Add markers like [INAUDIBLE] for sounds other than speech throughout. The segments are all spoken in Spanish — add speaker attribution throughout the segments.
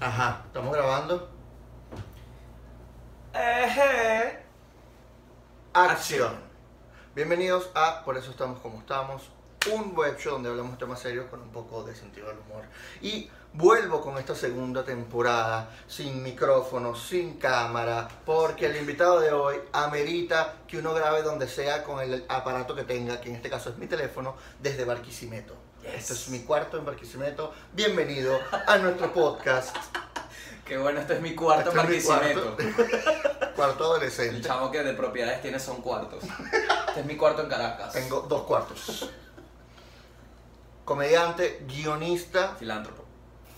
Speaker 1: Ajá, estamos grabando.
Speaker 2: Eje.
Speaker 1: Acción. Bienvenidos a Por eso estamos como estamos, un web show donde hablamos temas serios con un poco de sentido del humor. Y vuelvo con esta segunda temporada, sin micrófono, sin cámara, porque el invitado de hoy amerita que uno grabe donde sea con el aparato que tenga, que en este caso es mi teléfono, desde Barquisimeto.
Speaker 2: Yes.
Speaker 1: Este es mi cuarto en Barquisimeto. Bienvenido a nuestro podcast,
Speaker 2: Qué bueno, este es mi cuarto en
Speaker 1: Este es mi
Speaker 2: Barquisimeto.
Speaker 1: Cuarto
Speaker 2: [LAUGHS] El
Speaker 1: Adolescente.
Speaker 2: chamo que de propiedades tiene son cuartos. Este es mi cuarto en Caracas.
Speaker 1: Tengo dos cuartos. Comediante, guionista,
Speaker 2: Filántropo.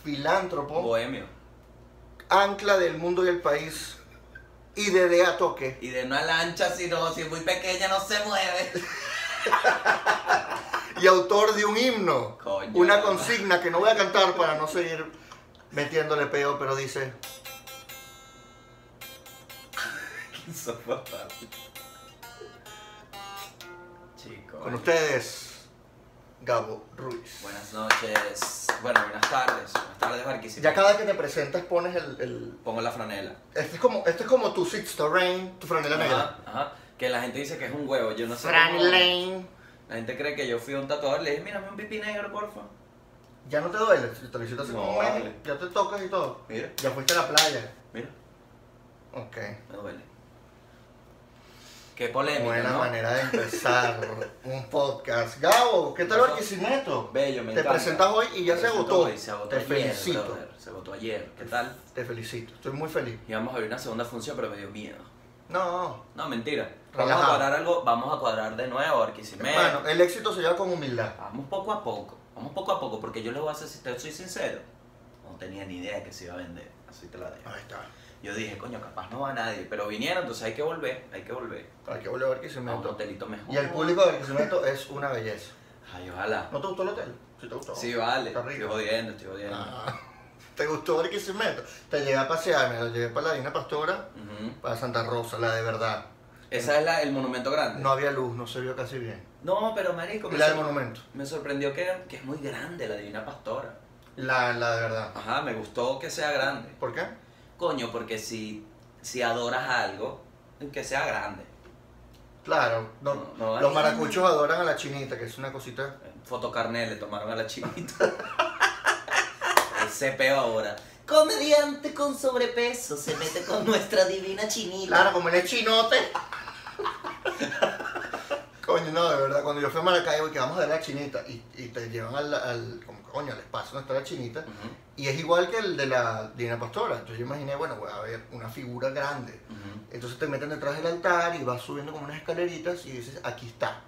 Speaker 1: filántropo,
Speaker 2: Bohemio.
Speaker 1: ancla del mundo y el país y de de a toque.
Speaker 2: Y de una lancha, si no, si es muy pequeña, no se mueve.
Speaker 1: Y autor de un himno.
Speaker 2: Coño.
Speaker 1: Una consigna que no voy a cantar para no seguir metiéndole peo, pero dice,
Speaker 2: Insoportable. Chico.
Speaker 1: con ustedes, Gabo Ruiz.
Speaker 2: Buenas noches. Bueno, buenas tardes. Buenas tardes, Barquisimeto.
Speaker 1: Ya cada vez que te presentas pones el... el-
Speaker 2: Pongo la franela.
Speaker 1: Este es como, este es como tu Six Terrain, tu franela negra.
Speaker 2: Ajá, ajá. Que la gente dice que es un huevo. Yo Ah, no sé. cómo-
Speaker 1: Franelaine.
Speaker 2: La gente cree que yo fui a un tatuador y le dije, mírame un pipí negro, porfa.
Speaker 1: Ya no te duele, si te lo hiciste hace
Speaker 2: No,
Speaker 1: como un mes,
Speaker 2: vale.
Speaker 1: ya te tocas y todo.
Speaker 2: Mira,
Speaker 1: Ya fuiste a la playa.
Speaker 2: mira,
Speaker 1: Ok.
Speaker 2: me duele. Qué polémica,
Speaker 1: Buena
Speaker 2: ¿no?
Speaker 1: manera de
Speaker 2: [LAUGHS]
Speaker 1: empezar un podcast. Gabo, ¿qué tal
Speaker 2: Pasó.
Speaker 1: Barquisimeto?
Speaker 2: Bello, me
Speaker 1: Te
Speaker 2: encanta.
Speaker 1: presentas hoy y ya
Speaker 2: Me
Speaker 1: se
Speaker 2: presento
Speaker 1: agotó.
Speaker 2: hoy, se agotó
Speaker 1: Te
Speaker 2: ayer,
Speaker 1: felicito.
Speaker 2: brother, Se agotó ayer. ¿Qué tal?
Speaker 1: Te felicito, estoy muy feliz.
Speaker 2: Íbamos a abrir una segunda función, pero me dio miedo.
Speaker 1: No,
Speaker 2: No, mentira. Vamos a
Speaker 1: Relajado.
Speaker 2: cuadrar algo, vamos a cuadrar de nuevo, Barquisimeto.
Speaker 1: hermano, el éxito se lleva con humildad.
Speaker 2: Vamos poco a poco, vamos poco a poco, porque yo les voy a ser, si te soy sincero, no tenía ni idea que se iba a vender, así te la dejo.
Speaker 1: Ahí está.
Speaker 2: Yo dije, coño, capaz no va nadie, pero vinieron, entonces hay que volver, hay que volver.
Speaker 1: Hay que volver a
Speaker 2: A un
Speaker 1: Barquisimeto.
Speaker 2: hotelito mejor.
Speaker 1: Y el público de Barquisimeto es una belleza.
Speaker 2: Ay, ojalá.
Speaker 1: ¿No te gustó el hotel? Sí, te gustó.
Speaker 2: Sí, vale.
Speaker 1: Está
Speaker 2: Estoy
Speaker 1: rico.
Speaker 2: jodiendo, estoy jodiendo.
Speaker 1: Ah, [LAUGHS] ¿Te gustó Barquisimeto? Te llevé a pasear, me lo llevé para la Dina Pastora,
Speaker 2: Ujú.
Speaker 1: para Santa Rosa, la de verdad.
Speaker 2: Esa es la, el monumento grande.
Speaker 1: No había luz, no se vio casi bien.
Speaker 2: No, pero marico,
Speaker 1: Y
Speaker 2: me,
Speaker 1: la del
Speaker 2: sor-
Speaker 1: monumento.
Speaker 2: me sorprendió que, que es muy grande la Divina Pastora.
Speaker 1: La, la de verdad.
Speaker 2: Ajá, me gustó que sea grande.
Speaker 1: ¿Por qué?
Speaker 2: Coño, porque si, si adoras algo, que sea grande.
Speaker 1: Claro, no-
Speaker 2: No, no,
Speaker 1: los
Speaker 2: ahí-
Speaker 1: maracuchos adoran a la chinita, que es una cosita.
Speaker 2: Fotocarnet le tomaron a
Speaker 1: [LAUGHS]
Speaker 2: la chinita. Ese peo ahora. Comediante con sobrepeso se mete con nuestra divina chinita.
Speaker 1: Claro, como el chinote.
Speaker 2: [LAUGHS]
Speaker 1: coño, no, de verdad, cuando yo fui a Maracaibo y que vamos a ver la chinita y, y te llevan al, al- como, coño, al espacio donde está la chinita
Speaker 2: Ujú,
Speaker 1: y es igual que el de la Dina Pastora. Entonces yo imaginé, bueno, voy a ver una figura grande.
Speaker 2: ujú.
Speaker 1: Entonces te meten detrás del altar y vas subiendo como unas escaleritas y dices, aquí está.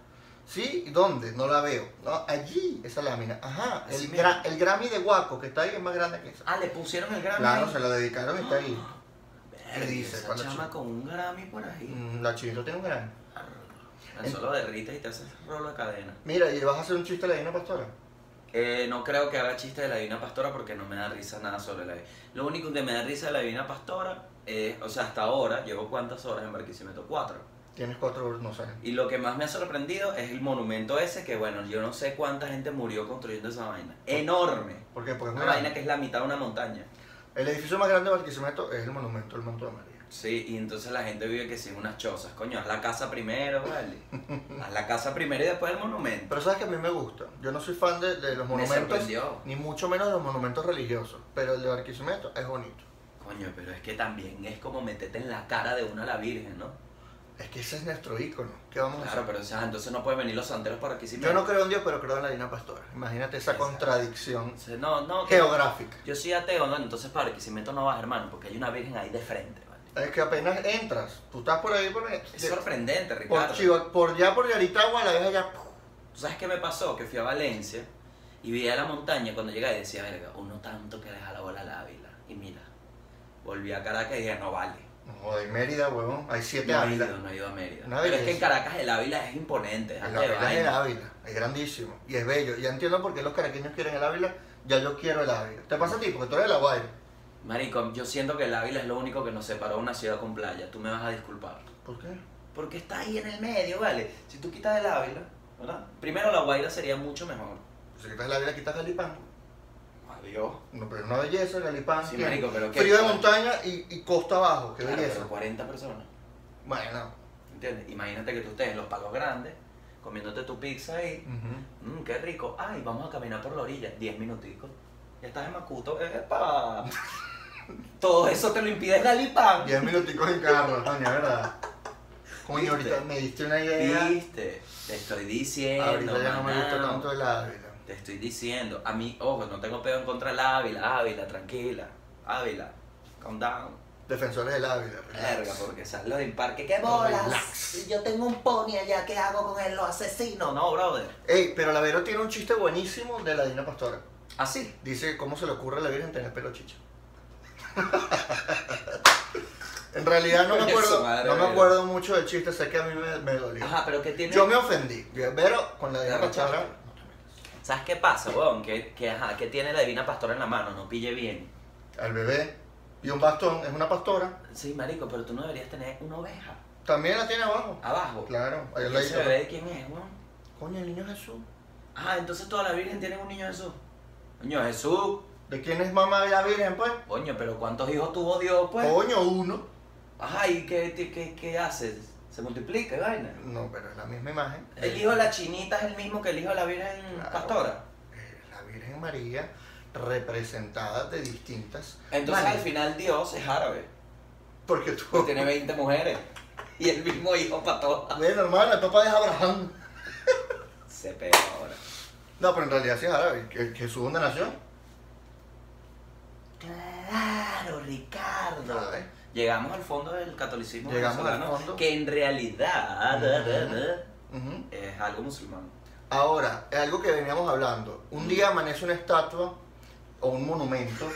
Speaker 1: ¿Sí? ¿Y ¿Dónde? No la veo. No, allí, esa lámina. Ajá,
Speaker 2: Así
Speaker 1: el,
Speaker 2: mismo.
Speaker 1: gra- el Grammy de Guaco que está ahí es más grande que esa.
Speaker 2: Ah, le pusieron el Grammy.
Speaker 1: Claro, se lo dedicaron y está ahí.
Speaker 2: Verga,
Speaker 1: dice?
Speaker 2: esa
Speaker 1: ¿Cuál es
Speaker 2: chama
Speaker 1: su-
Speaker 2: con un Grammy por ahí.
Speaker 1: Mm, La chinita tiene un gran.
Speaker 2: Eso lo derrites y te haces rolo de cadena.
Speaker 1: Mira, ¿y vas a hacer un chiste de la Dina Pastora?
Speaker 2: Eh, no creo que haga chiste de la Divina Pastora porque no me da risa nada sobre la Lo único que me da risa de la Divina Pastora es, o sea, hasta ahora, llevo cuántas horas en Barquisimeto, cuatro.
Speaker 1: Tienes cuatro horas, no sé.
Speaker 2: Y lo que más me ha sorprendido es el monumento ese que, bueno, yo no sé cuánta gente murió construyendo esa vaina. Enorme.
Speaker 1: ¿Por qué? Porque es muy
Speaker 2: Una
Speaker 1: grande.
Speaker 2: vaina que es la mitad de una montaña.
Speaker 1: El edificio más grande de Barquisimeto es el monumento al Manto de María.
Speaker 2: Sí, y entonces la gente vive que sí, en unas chozas. Coño, haz la casa primero, vale. Haz la casa primero y después el monumento.
Speaker 1: Pero sabes que a mí me gusta. Yo no soy fan de, de los
Speaker 2: Me
Speaker 1: monumentos,
Speaker 2: sorprendió.
Speaker 1: ni mucho menos de los monumentos religiosos. Pero el de Barquisimeto es bonito.
Speaker 2: Coño, pero es que también es como meterte en la cara de una la Virgen, ¿no?
Speaker 1: Es que ese es nuestro ícono. ¿Qué vamos a
Speaker 2: Claro,
Speaker 1: hacer?
Speaker 2: pero o sea, entonces no pueden venir los santeros para que si
Speaker 1: Yo no creo en Dios, pero creo en la Dina Pastora. Imagínate esa
Speaker 2: Exacto.
Speaker 1: contradicción
Speaker 2: No, no, que-
Speaker 1: geográfica.
Speaker 2: yo soy ateo, ¿no? Entonces para que si meto no vas, hermano, porque hay una Virgen ahí de frente, ¿vale?
Speaker 1: Es que apenas entras, tú estás por ahí, por,
Speaker 2: Es sorprendente,
Speaker 1: por,
Speaker 2: Ricardo.
Speaker 1: Chiva- por ya por Yaritagua, la ves allá. ¡puf!
Speaker 2: ¿Tú sabes qué me pasó? Que fui a Valencia y vi a la montaña cuando llegué y decía, verga, uno tanto que deja la bola al Ávila. Y mira, volví a Caracas y dije, no vale.
Speaker 1: No, joder, Mérida, huevón. Hay siete
Speaker 2: No he
Speaker 1: Ávila.
Speaker 2: ido, no he ido a Mérida.
Speaker 1: Una
Speaker 2: Pero es que en
Speaker 1: belleza.
Speaker 2: Caracas el Ávila es imponente.
Speaker 1: El
Speaker 2: déjate de
Speaker 1: Ávila es el
Speaker 2: vaina.
Speaker 1: Ávila. Es grandísimo. Y es bello. Ya entiendo por qué los caraqueños quieren el Ávila. Ya yo quiero el Ávila. ¿Te pasa a ti? Porque tú eres de la Guaira.
Speaker 2: Marico, yo siento que el Ávila es lo único que nos separó de una ciudad con playa. Tú me vas a disculpar.
Speaker 1: ¿Por qué?
Speaker 2: Porque está ahí en el medio, ¿vale? Si tú quitas el Ávila, ¿verdad? Primero la Guaira sería mucho mejor.
Speaker 1: Si quitas el Ávila, quitas Galipán.
Speaker 2: Bueno, Dios.
Speaker 1: No, pero una belleza, Galipán.
Speaker 2: Sí,
Speaker 1: que-
Speaker 2: marico, pero qué.
Speaker 1: Frío de montaña y, y costa abajo, qué
Speaker 2: Claro,
Speaker 1: belleza.
Speaker 2: pero 40 personas.
Speaker 1: Bueno.
Speaker 2: ¿Entiendes? Imagínate que tú estés en los palos grandes, comiéndote tu pizza ahí. Mmm, qué rico. Ay, vamos a caminar por la orilla. 10 minuticos. Ya estás en Macuto. Eh,
Speaker 1: [LAUGHS]
Speaker 2: ¡Epa! Todo eso te lo impide Galipán.
Speaker 1: Diez minuticos en carro, Tania, ¿verdad? Coño, ahorita
Speaker 2: ¿Viste?
Speaker 1: me diste una idea.
Speaker 2: ¿Viste? Te estoy diciendo.
Speaker 1: Ahorita ya no me gusta
Speaker 2: maná.
Speaker 1: tanto el Ávila.
Speaker 2: Te estoy diciendo. A mí, ojo, no tengo pedo en contra del Ávila. Ávila, tranquila. Ávila, calm down.
Speaker 1: Defensores del Ávila. relax.
Speaker 2: Verga, porque salió del parque. ¡Qué
Speaker 1: Relax.
Speaker 2: bolas! Yo tengo un pony allá. ¿Qué hago con él? Lo asesino. No, brother.
Speaker 1: Ey, pero la Vero tiene un chiste buenísimo de la Dina Pastora.
Speaker 2: Así.
Speaker 1: Dice, ¿cómo se le ocurre a la Virgen tener pelo
Speaker 2: [LAUGHS]
Speaker 1: chicha? en realidad no me
Speaker 2: Coño, su
Speaker 1: acuerdo,
Speaker 2: madre,
Speaker 1: no me
Speaker 2: Vero.
Speaker 1: acuerdo mucho del chiste, sé que a mí me, me dolió.
Speaker 2: Ajá, pero ¿qué tiene?
Speaker 1: Yo me ofendí. Vero, con la
Speaker 2: Te
Speaker 1: Dina
Speaker 2: arrechaste.
Speaker 1: Pastora...
Speaker 2: ¿Sabes qué pasa, weón? Que, que, ajá, que tiene la divina pastora en la mano, no pille bien.
Speaker 1: al bebé y un bastón, es una pastora,
Speaker 2: Sí, marico, pero tú no deberías tener una oveja
Speaker 1: también la tiene abajo.
Speaker 2: abajo.
Speaker 1: Claro, ahí
Speaker 2: ¿Y
Speaker 1: la
Speaker 2: ese
Speaker 1: hizo.
Speaker 2: bebé de quién es, weón?
Speaker 1: Coño, el niño Jesús.
Speaker 2: Ah, entonces toda la virgen tiene un niño Jesús. Coño, Jesús.
Speaker 1: ¿De quién es mamá de la Virgen, pues?
Speaker 2: Coño, pero ¿cuántos hijos tuvo Dios, pues?
Speaker 1: Coño, uno.
Speaker 2: Ajá, ¿y qué, qué, qué, qué haces? ¿Se multiplica, y vaina?
Speaker 1: No, pero es la misma imagen.
Speaker 2: El hijo de la chinita es el mismo que el hijo de la virgen
Speaker 1: Claro.
Speaker 2: pastora.
Speaker 1: Eh, La Virgen María representada de distintas.
Speaker 2: Entonces
Speaker 1: maneras.
Speaker 2: al final Dios es árabe,
Speaker 1: Porque tú.
Speaker 2: porque tiene 20 mujeres y el mismo hijo para todas.
Speaker 1: Bueno, hermano, el papá es Abraham.
Speaker 2: Se pega ahora.
Speaker 1: No, pero en realidad sí es árabe. ¿Que- Jesús, ¿dónde nació?
Speaker 2: Claro, Ricardo.
Speaker 1: Ay.
Speaker 2: Llegamos al fondo del catolicismo
Speaker 1: Llegamos al
Speaker 2: venezolano,
Speaker 1: fondo.
Speaker 2: que en realidad
Speaker 1: Ujú.
Speaker 2: es algo musulmán.
Speaker 1: Ahora, es algo que veníamos hablando. Un día amanece una estatua o un
Speaker 2: [LAUGHS]
Speaker 1: monumento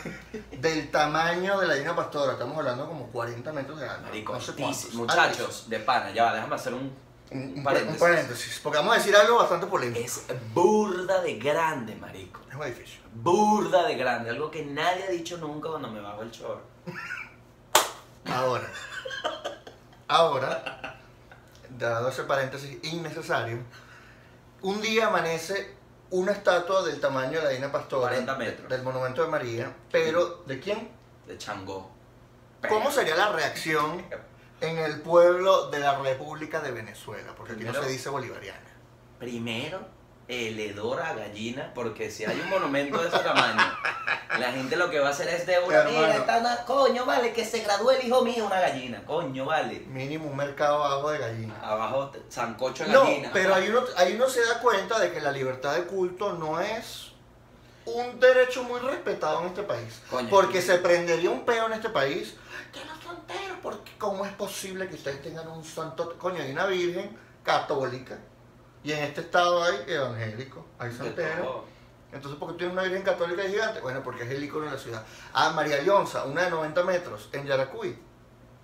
Speaker 1: del tamaño de la Dina Pastora. Estamos hablando como 40 metros de alto.
Speaker 2: Marico,
Speaker 1: no sé
Speaker 2: altísimo.
Speaker 1: cuántos. Ah,
Speaker 2: muchachos, de pana, ya va, déjame hacer Ah, un...
Speaker 1: Un, un- un paréntesis.
Speaker 2: Paréntesis.
Speaker 1: Porque vamos a decir algo bastante polémico.
Speaker 2: Es burda de grande, marico.
Speaker 1: Es un edificio.
Speaker 2: Burda de grande, algo que nadie ha dicho nunca cuando me bajo el short.
Speaker 1: Ahora. Ahora. Dado ese paréntesis innecesario. Un día amanece una estatua del tamaño de la Dina Pastora.
Speaker 2: 40 metros.
Speaker 1: Del monumento de María. Pero, ¿de quién?
Speaker 2: De chango.
Speaker 1: ¿Cómo sería la reacción en el pueblo de la República de Venezuela? Porque aquí no se
Speaker 2: Primero-
Speaker 1: dice bolivariana.
Speaker 2: Primero, el hedor a gallina, porque si hay un monumento
Speaker 1: [LAUGHS]
Speaker 2: de ese tamaño, la gente lo que va a hacer es de una
Speaker 1: Hermano.
Speaker 2: "Mira, está una- coño, vale, que se graduó el hijo mío, una gallina, coño, vale.
Speaker 1: Mínimo un mercado abajo de gallina.
Speaker 2: Abajo, te- sancocho de
Speaker 1: No,
Speaker 2: gallina.
Speaker 1: pero ahí uno, ahí uno se da cuenta de que la libertad de culto no es un derecho muy respetado en este país.
Speaker 2: Coño.
Speaker 1: Porque se prendería un peo en este país que no son teros, porque cómo es posible que ustedes tengan un santo, coño, hay una virgen católica y en este estado hay evangélico, hay
Speaker 2: De
Speaker 1: santeros.
Speaker 2: todo.
Speaker 1: Entonces, ¿por qué tiene una virgen católica y gigante? Bueno, porque es el icono de la ciudad. Ah, María Leonza, una de 90 metros, en Yaracuy.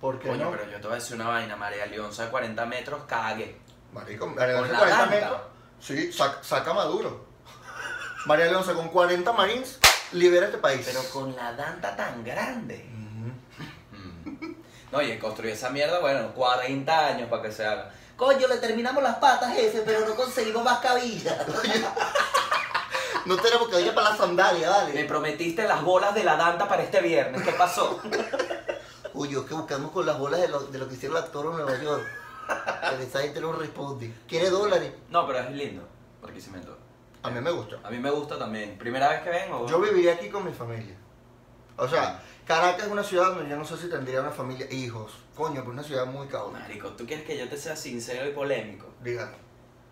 Speaker 1: ¿Por qué
Speaker 2: Coño,
Speaker 1: no?
Speaker 2: pero yo te voy a decir una vaina, María Leonza de 40 metros, cague.
Speaker 1: Marico, María
Speaker 2: Con
Speaker 1: Leonza
Speaker 2: la
Speaker 1: 40
Speaker 2: gamba.
Speaker 1: metros. Sí, saca, saca Maduro. María Leonza con 40 marines libera este país.
Speaker 2: Pero con la danta tan grande.
Speaker 1: Ujú.
Speaker 2: Mm. [LAUGHS] No, y construir esa mierda, bueno, 40 años para que se haga. Coño, le terminamos las patas, jefe, pero no conseguimos
Speaker 1: [LAUGHS]
Speaker 2: más cabilla.
Speaker 1: No tenemos que ir para la sandalia,
Speaker 2: Me
Speaker 1: dale.
Speaker 2: prometiste las bolas de la danta para este viernes. ¿Qué pasó?
Speaker 1: [LAUGHS] Uy, yo es que buscamos con las bolas de lo, de lo que hicieron los actores en Nueva York. Pero esa gente no responde. ¿Quiere dólares?
Speaker 2: No, pero es lindo. Barquisimeto.
Speaker 1: A mí me gusta.
Speaker 2: A mí me gusta también. ¿Primera vez que vengo?
Speaker 1: Yo viviría aquí con mi familia. O sea, Caracas es una ciudad donde yo no sé si tendría una familia, hijos. Coño, pero es una ciudad muy caótica.
Speaker 2: Marico, ¿tú quieres que yo te sea sincero y polémico?
Speaker 1: Dígame.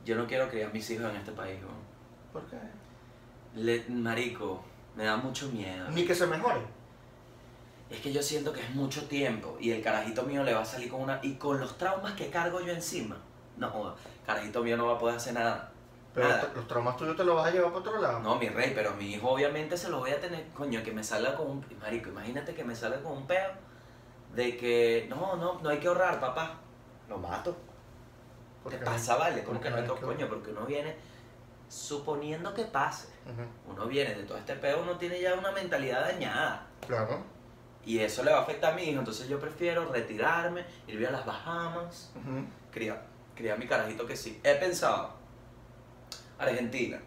Speaker 2: Yo no quiero criar mis hijos en este país, weón.
Speaker 1: ¿Por qué?
Speaker 2: Le- Marico, me da mucho miedo.
Speaker 1: Ni que se mejore.
Speaker 2: Es que yo siento que es mucho tiempo y el carajito mío le va a salir con una... Y con los traumas que cargo yo encima. No, joda, carajito mío no va a poder hacer nada.
Speaker 1: Pero
Speaker 2: Nada.
Speaker 1: te- los traumas tuyos te los vas a llevar para otro lado.
Speaker 2: No, mi rey, pero mi hijo obviamente se lo voy a tener, coño, que me salga con un... Marico, imagínate que me salga con un pedo de que, no, no, no hay que ahorrar, papá. Lo mato.
Speaker 1: ¿Por
Speaker 2: ¿Te
Speaker 1: qué?
Speaker 2: pasa, vale? ¿Cómo
Speaker 1: porque
Speaker 2: que
Speaker 1: no
Speaker 2: no
Speaker 1: hay
Speaker 2: to-
Speaker 1: que ahorrar.
Speaker 2: coño? Porque uno viene, suponiendo que pase,
Speaker 1: Ujú,
Speaker 2: uno viene de todo este pedo, uno tiene ya una mentalidad dañada.
Speaker 1: Claro.
Speaker 2: Y eso le va a afectar a mi hijo, entonces yo prefiero retirarme, irme a las Bahamas,
Speaker 1: Ujú.
Speaker 2: Cría, cría mi carajito que sí. He pensado, Argentina,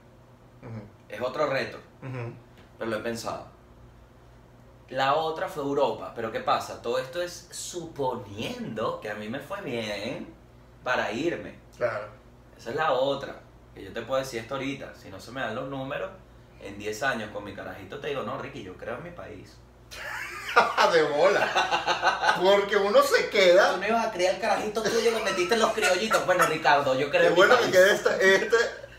Speaker 1: Ujú.
Speaker 2: es otro reto.
Speaker 1: Ujú.
Speaker 2: pero lo he pensado. La otra fue Europa, pero ¿qué pasa? Todo esto es suponiendo que a mí me fue bien para irme.
Speaker 1: Claro. [LAUGHS]
Speaker 2: Esa es la otra. Que yo te puedo decir esto ahorita. Si no se me dan los números, en 10 años con mi carajito te digo, no, Ricky, yo creo en mi país.
Speaker 1: de bola. Porque uno se queda.
Speaker 2: Tú no ibas a criar el carajito tuyo que metiste en los criollitos. Bueno, Ricardo, yo creo
Speaker 1: Qué
Speaker 2: en mi
Speaker 1: bueno que
Speaker 2: país.
Speaker 1: quede este, este,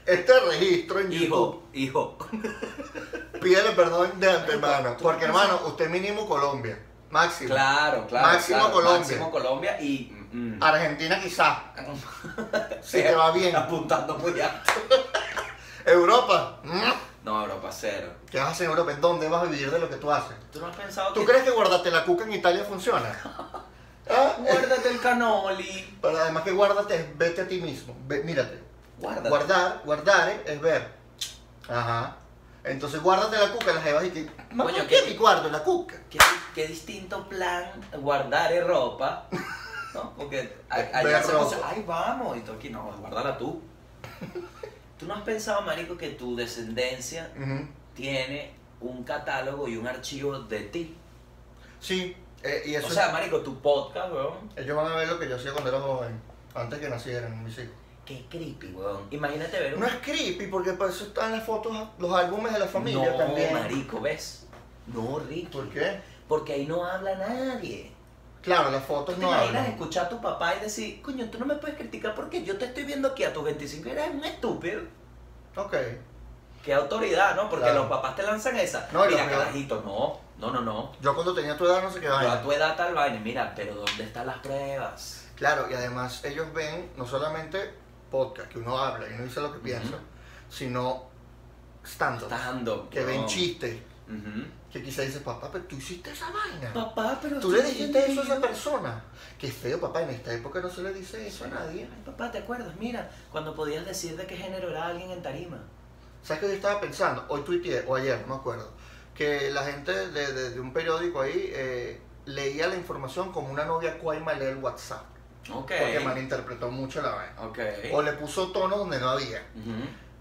Speaker 1: este registro en YouTube.
Speaker 2: Hijo, hijo.
Speaker 1: Pídele perdón de antemano.
Speaker 2: Tú-
Speaker 1: Porque
Speaker 2: tú-
Speaker 1: hermano, usted mínimo Colombia. Máximo.
Speaker 2: Claro, claro.
Speaker 1: Máximo
Speaker 2: claro.
Speaker 1: Colombia.
Speaker 2: Máximo Colombia y. mm, mm.
Speaker 1: Argentina quizás. Si te va bien.
Speaker 2: Apuntando muy alto.
Speaker 1: Europa. mm,
Speaker 2: No, Europa cero.
Speaker 1: ¿Qué vas a hacer en Europa? ¿En dónde vas a vivir de lo que tú haces?
Speaker 2: ¿Tú no has pensado
Speaker 1: ¿Tú
Speaker 2: que.
Speaker 1: crees que guardarte la cuca en Italia
Speaker 2: [LAUGHS]
Speaker 1: funciona? Ah, eh,
Speaker 2: Guárdate el canoli.
Speaker 1: Pero además que guárdate es vete a ti mismo. Ve- mírate.
Speaker 2: Guárdate.
Speaker 1: Guardar, guardar ¿eh? es, es ver. Ajá. Entonces guárdate la cuca, las jevas y que. Mamá,
Speaker 2: Coño,
Speaker 1: ¿qué
Speaker 2: ¿qué?
Speaker 1: me guardo la cuca?
Speaker 2: Qué, qué distinto plan guardar eh, ropa. ¿No? Porque a-
Speaker 1: Ver
Speaker 2: allá se
Speaker 1: ropa.
Speaker 2: puso, ay, vamos. Y tú aquí, no,
Speaker 1: [LAUGHS]
Speaker 2: guardala tú. ¿Tú no has pensado, marico, que tu descendencia
Speaker 1: Ujú.
Speaker 2: tiene un catálogo y un archivo de ti?
Speaker 1: Sí. eh, y eso
Speaker 2: O sea, marico, tu podcast, weón,
Speaker 1: Ellos van a ver lo que yo hacía cuando era joven, antes que nacieran mis hijos.
Speaker 2: Qué creepy, weón. Imagínate ver un...
Speaker 1: No es creepy, porque para eso están las fotos, los álbumes de la familia
Speaker 2: no,
Speaker 1: también.
Speaker 2: marico, ¿ves? No, Ricky.
Speaker 1: ¿Por qué?
Speaker 2: Porque ahí no habla nadie.
Speaker 1: Claro, las
Speaker 2: ¿Tú
Speaker 1: fotos Pues
Speaker 2: te
Speaker 1: no
Speaker 2: imaginas
Speaker 1: hablan.
Speaker 2: escuchar a tu papá y decir, coño, tú no me puedes criticar porque yo te estoy viendo aquí a tus 25 y eres un estúpido?
Speaker 1: Ok.
Speaker 2: Qué autoridad, ¿no? Porque
Speaker 1: Claro.
Speaker 2: los papás te lanzan esa.
Speaker 1: No, y
Speaker 2: mira,
Speaker 1: lo peor-
Speaker 2: carajito, no. No, no, no.
Speaker 1: Yo cuando tenía tu edad no sé qué
Speaker 2: Yo
Speaker 1: vaina.
Speaker 2: a tu edad tal vaina. Mira, pero ¿dónde están las pruebas?
Speaker 1: Claro, y además ellos ven no solamente podcast, que uno habla y uno dice lo que piensa, sino stand-up,
Speaker 2: Estando.
Speaker 1: que ven chistes,
Speaker 2: Ujú.
Speaker 1: que quizás dices, papá, pero tú hiciste esa vaina.
Speaker 2: Papá, pero...
Speaker 1: Tú le
Speaker 2: estoy
Speaker 1: dijiste eso a esa
Speaker 2: entendido.
Speaker 1: persona. Qué feo, papá, en esta época no se le dice eso a nadie.
Speaker 2: Ay, papá, ¿te acuerdas? Mira, cuando podías decir de qué género era alguien en tarima.
Speaker 1: ¿Sabes qué yo estaba pensando? Hoy tuiteé, o ayer, no me acuerdo, que la gente de, de- de un periódico ahí eh, leía la información como una novia cuaima lee el WhatsApp.
Speaker 2: Ok.
Speaker 1: Porque malinterpretó mucho la vaina.
Speaker 2: Ok.
Speaker 1: O le puso tono donde no había.
Speaker 2: Ujú.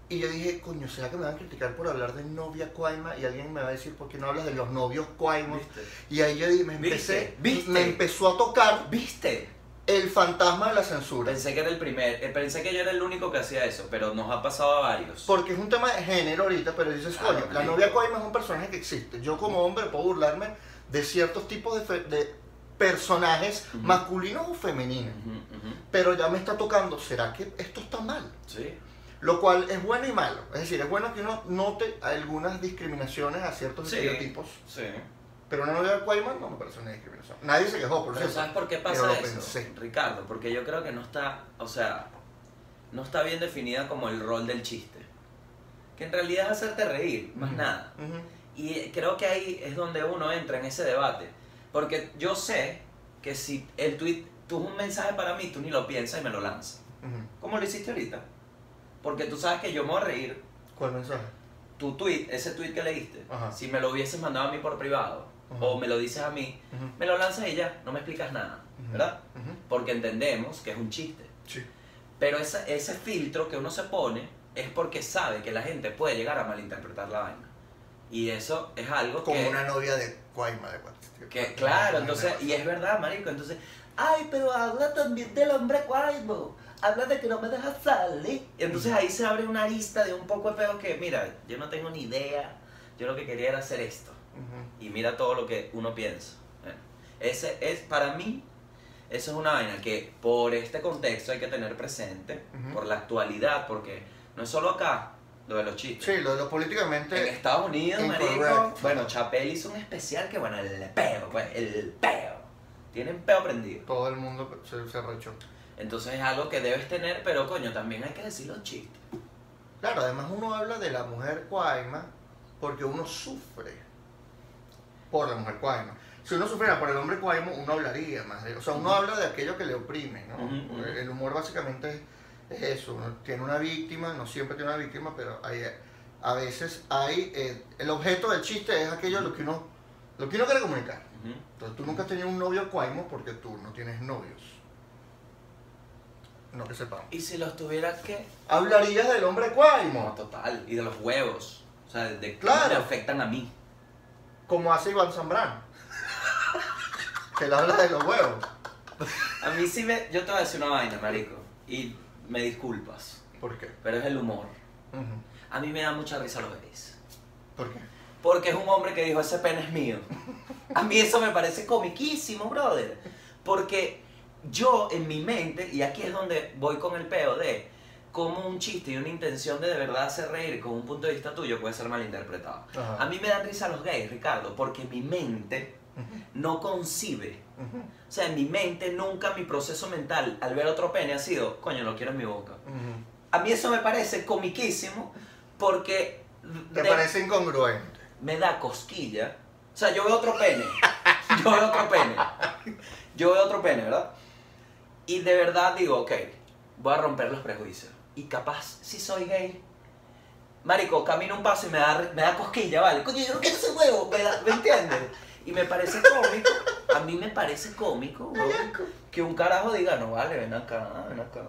Speaker 1: Y yo dije, coño, ¿será que me van a criticar por hablar de novia cuaima? Y alguien me va a decir, ¿por qué no hablas de los novios cuaimos?
Speaker 2: ¿Viste?
Speaker 1: Y ahí yo dije, me empecé,
Speaker 2: ¿Viste? ¿Viste?
Speaker 1: me empezó a tocar
Speaker 2: ¿Viste?
Speaker 1: el fantasma de la censura.
Speaker 2: Pensé que era el primer, eh, pensé que yo era el único que hacía eso, pero nos ha pasado a varios.
Speaker 1: Porque es un tema de género ahorita, pero dices,
Speaker 2: Claro,
Speaker 1: coño, la
Speaker 2: marico.
Speaker 1: novia Coima es un personaje que existe. Yo como hombre puedo burlarme de ciertos tipos de, fe- de personajes
Speaker 2: Ujú.
Speaker 1: masculinos o femeninos.
Speaker 2: Ujú, ujú.
Speaker 1: Pero ya me está tocando, ¿será que esto está mal?
Speaker 2: Sí.
Speaker 1: Lo cual es bueno y malo. Es decir, es bueno que uno note algunas discriminaciones a ciertos
Speaker 2: Sí.
Speaker 1: estereotipos.
Speaker 2: Sí.
Speaker 1: Pero una novia Coima no me parece una discriminación. Nadie se quejó, por
Speaker 2: Pero
Speaker 1: cierto.
Speaker 2: ¿sabes por qué
Speaker 1: Yo
Speaker 2: pasa
Speaker 1: lo
Speaker 2: eso?
Speaker 1: pensé.
Speaker 2: Ricardo, porque yo creo que no está, o sea, no está bien definida como el rol del chiste. Que en realidad es hacerte reír, más
Speaker 1: Ujú.
Speaker 2: nada.
Speaker 1: Ujú.
Speaker 2: Y creo que ahí es donde uno entra en ese debate. Porque yo sé que si el tweet, tú un mensaje para mí, tú ni lo piensas y me lo lanzas.
Speaker 1: Ujú.
Speaker 2: Como lo hiciste ahorita. Porque tú sabes que yo me voy a reír.
Speaker 1: ¿Cuál mensaje?
Speaker 2: Tu tweet, ese tweet que leíste,
Speaker 1: Ajá.
Speaker 2: si me lo hubieses mandado a mí por privado
Speaker 1: Ajá.
Speaker 2: o me lo dices a mí,
Speaker 1: Ujú.
Speaker 2: me lo lanzas y ya, no me explicas nada.
Speaker 1: Ujú.
Speaker 2: ¿Verdad?
Speaker 1: Ujú.
Speaker 2: Porque entendemos que es un chiste.
Speaker 1: Sí.
Speaker 2: Pero esa- ese filtro que uno se pone es porque sabe que la gente puede llegar a malinterpretar la vaina. Y eso es algo
Speaker 1: Como
Speaker 2: que...
Speaker 1: una novia de Coima de WhatsApp.
Speaker 2: Que, claro, entonces, y es verdad, marico, entonces, ay, pero habla también del hombre cuervo, habla de que no me dejas salir. Y entonces ahí se abre una arista de un poco de pedo que, mira, yo no tengo ni idea, yo lo que quería era hacer esto,
Speaker 1: Ujú.
Speaker 2: y mira todo lo que uno piensa. Bueno, ese es, para mí, eso es una vaina que por este contexto hay que tener presente,
Speaker 1: Ujú.
Speaker 2: por la actualidad, porque no es solo acá, lo de los chistes.
Speaker 1: Sí, lo de lo políticamente.
Speaker 2: En este- Estados Unidos, marico.
Speaker 1: Incorrect.
Speaker 2: Bueno, Chapel hizo un especial que, bueno, el peo, pues, el peo. Tienen peo prendido.
Speaker 1: Todo el mundo se, se arrechó.
Speaker 2: Entonces es algo que debes tener, pero coño, también hay que decir los chistes.
Speaker 1: Claro, además uno habla de la mujer cuaima porque uno sufre por la mujer cuaima. Si uno sufriera por el hombre cuaimo, uno hablaría más de O sea, uno
Speaker 2: Ujú.
Speaker 1: habla de aquello que le oprime, ¿no?
Speaker 2: Ujú, ujú.
Speaker 1: El humor básicamente es, es eso. Uno tiene una víctima, no siempre tiene una víctima, pero hay, a veces hay... eh, el objeto del chiste es aquello lo que uno, lo que uno quiere comunicar. Entonces tú nunca has tenido un novio cuaimo porque tú no tienes novios. No que sepamos.
Speaker 2: Y si los tuvieras que.
Speaker 1: Hablarías del hombre
Speaker 2: No,
Speaker 1: cuaimo.
Speaker 2: total. Y de los huevos. O sea, de
Speaker 1: Claro.
Speaker 2: cómo me afectan a mí.
Speaker 1: Como hace Iván Zambrano. que le habla de los huevos.
Speaker 2: A mí sí me. Yo te voy a decir una vaina, marico. Y me disculpas.
Speaker 1: ¿Por qué?
Speaker 2: Pero es el humor.
Speaker 1: Ujú.
Speaker 2: A mí me da mucha risa los gays.
Speaker 1: ¿Por qué?
Speaker 2: Porque es un hombre que dijo, ese pene es mío. A mí eso me parece comiquísimo, brother. Porque yo en mi mente, y aquí es donde voy con el peo de cómo un chiste y una intención de de verdad hacer reír con un punto de vista tuyo puede ser malinterpretado.
Speaker 1: Ajá.
Speaker 2: A mí me dan risa los gays, Ricardo, porque mi mente
Speaker 1: Ujú,
Speaker 2: no concibe.
Speaker 1: ujú,
Speaker 2: O sea, en mi mente nunca mi proceso mental al ver otro pene ha sido, coño, lo quiero en mi boca.
Speaker 1: ujú.
Speaker 2: A mí eso me parece comiquísimo porque...
Speaker 1: ¿Te
Speaker 2: de-
Speaker 1: parece incongruente?
Speaker 2: me da cosquilla. O sea, yo veo otro pene. Yo veo otro pene. Yo veo otro pene, ¿verdad? Y de verdad digo, ok, voy a romper los prejuicios. Y capaz, si soy gay, marico, camino un paso y me da, me da cosquilla, ¿vale? Coño, yo no quiero ese huevo, ¿me, da- ¿me entiendes? Y me parece cómico, a mí me parece cómico, weón, que un carajo diga, no vale, ven acá, ven acá,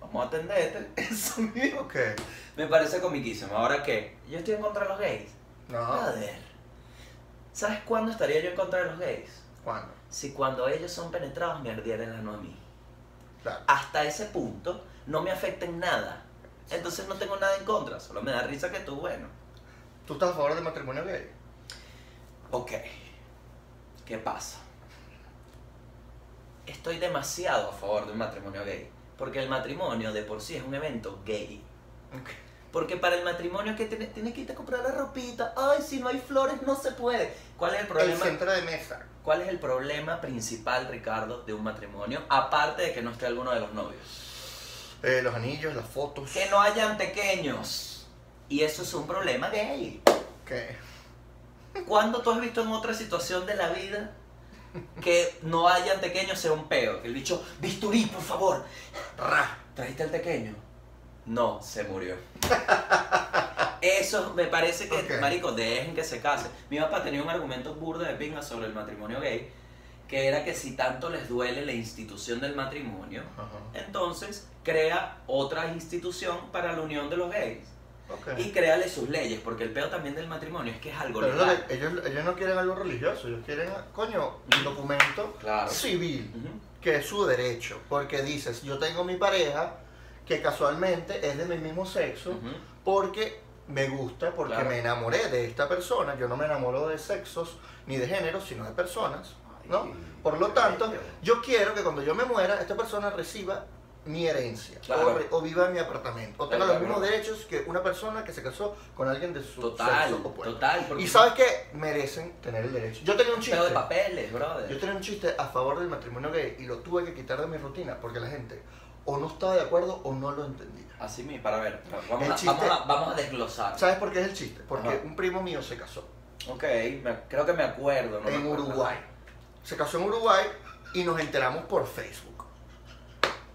Speaker 2: vamos a atenderte. [LAUGHS] Eso mismo.
Speaker 1: Ok.
Speaker 2: Me parece comiquísimo. Ahora que yo estoy en contra de los gays.
Speaker 1: No.
Speaker 2: Joder. ¿Sabes cuándo estaría yo en contra de los gays?
Speaker 1: ¿Cuándo?
Speaker 2: Si cuando ellos son penetrados me ardiera el ano a mí.
Speaker 1: Claro.
Speaker 2: Hasta ese punto no me afecta en nada. Entonces no tengo nada en contra, solo me da risa que tú, bueno.
Speaker 1: ¿Tú estás a favor del matrimonio gay?
Speaker 2: Ok. ¿Qué pasa? Estoy demasiado a favor de un matrimonio gay. Porque el matrimonio de por sí es un evento gay.
Speaker 1: Ok.
Speaker 2: Porque para el matrimonio que tienes, tienes que irte a comprar la ropita. Ay, si no hay flores no se puede. ¿Cuál es el
Speaker 1: El
Speaker 2: problema?
Speaker 1: centro de mesa.
Speaker 2: ¿Cuál es el problema principal, Ricardo, de un matrimonio? Aparte de que no esté alguno de los novios.
Speaker 1: Eh, los anillos, las fotos.
Speaker 2: Que no hayan pequeños. Y eso es un problema gay.
Speaker 1: ¿Qué?
Speaker 2: ¿Cuándo tú has visto en otra situación de la vida que no hayan pequeños sea un peo? Que el bicho, bisturí, por favor. Ra, ¿Trajiste al pequeño? No, se murió. Eso me parece que,
Speaker 1: Ok.
Speaker 2: marico, dejen que se case. Mi papá tenía un argumento burda de pinga sobre el matrimonio gay, que era que si tanto les duele la institución del matrimonio,
Speaker 1: Ajá.
Speaker 2: entonces crea otra institución para la unión de los gays.
Speaker 1: Ok.
Speaker 2: Y créale sus leyes, porque el peo también del matrimonio es que es algo
Speaker 1: Pero es lo
Speaker 2: legal.
Speaker 1: que- ellos, ellos no quieren algo religioso, ellos quieren, coño, un documento
Speaker 2: Mm. Claro.
Speaker 1: civil,
Speaker 2: Ujú.
Speaker 1: que es su derecho. Porque dices, yo tengo mi pareja que casualmente es de mi mismo sexo,
Speaker 2: Ujú.
Speaker 1: porque me gusta, porque
Speaker 2: Claro.
Speaker 1: me enamoré de esta persona. Yo no me enamoro de sexos ni de géneros, sino de personas. ¿no? Por lo tanto, yo quiero que cuando yo me muera, esta persona reciba mi herencia
Speaker 2: Claro.
Speaker 1: o, re- o viva en mi apartamento o tenga
Speaker 2: Claro,
Speaker 1: los mismos
Speaker 2: claro.
Speaker 1: derechos que una persona que se casó con alguien de su
Speaker 2: Total,
Speaker 1: sexo opuesto.
Speaker 2: total. porque
Speaker 1: Y sabes que merecen tener el derecho. Yo tenía un
Speaker 2: es
Speaker 1: chiste.
Speaker 2: un pedo de papeles,
Speaker 1: Yo
Speaker 2: brother.
Speaker 1: tenía un chiste a favor del matrimonio gay y lo tuve que quitar de mi rutina porque la gente o no estaba de acuerdo o no lo entendía.
Speaker 2: Así mismo, para ver, vamos,
Speaker 1: El
Speaker 2: a,
Speaker 1: chiste-
Speaker 2: vamos, a, vamos a desglosar.
Speaker 1: ¿Sabes por qué es el chiste? Porque
Speaker 2: Ajá.
Speaker 1: un primo mío se casó
Speaker 2: Ok, me- creo que me acuerdo. no me
Speaker 1: en
Speaker 2: acuerdo.
Speaker 1: Uruguay. Se casó en Uruguay y nos enteramos por Facebook.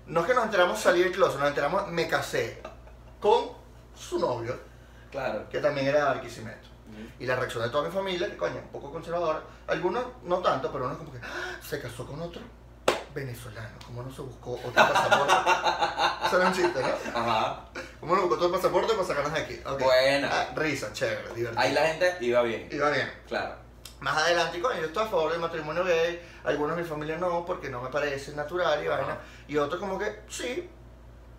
Speaker 1: No es que nos enteramos salir del closet, nos enteramos me casé con su novio,
Speaker 2: Claro.
Speaker 1: que también era de Barquisimeto. Y la reacción de toda mi familia, que coño, un poco conservadora, algunos no tanto, pero uno como que "Ah, se casó con otro venezolano, ¿cómo no se buscó otro pasaporte? [LAUGHS] Eso era un chiste, ¿no?
Speaker 2: Ajá.
Speaker 1: ¿Cómo no buscó otro pasaporte para sacarnos de aquí? Ok.
Speaker 2: Buena.
Speaker 1: Ah, risa, chévere, divertido.
Speaker 2: Ahí la gente iba bien.
Speaker 1: Y va bien.
Speaker 2: Claro.
Speaker 1: Más adelante, coño, yo estoy a favor del matrimonio gay, algunos de mi familia no, porque no me parece natural y vaina,
Speaker 2: Ajá.
Speaker 1: y otros como que, sí,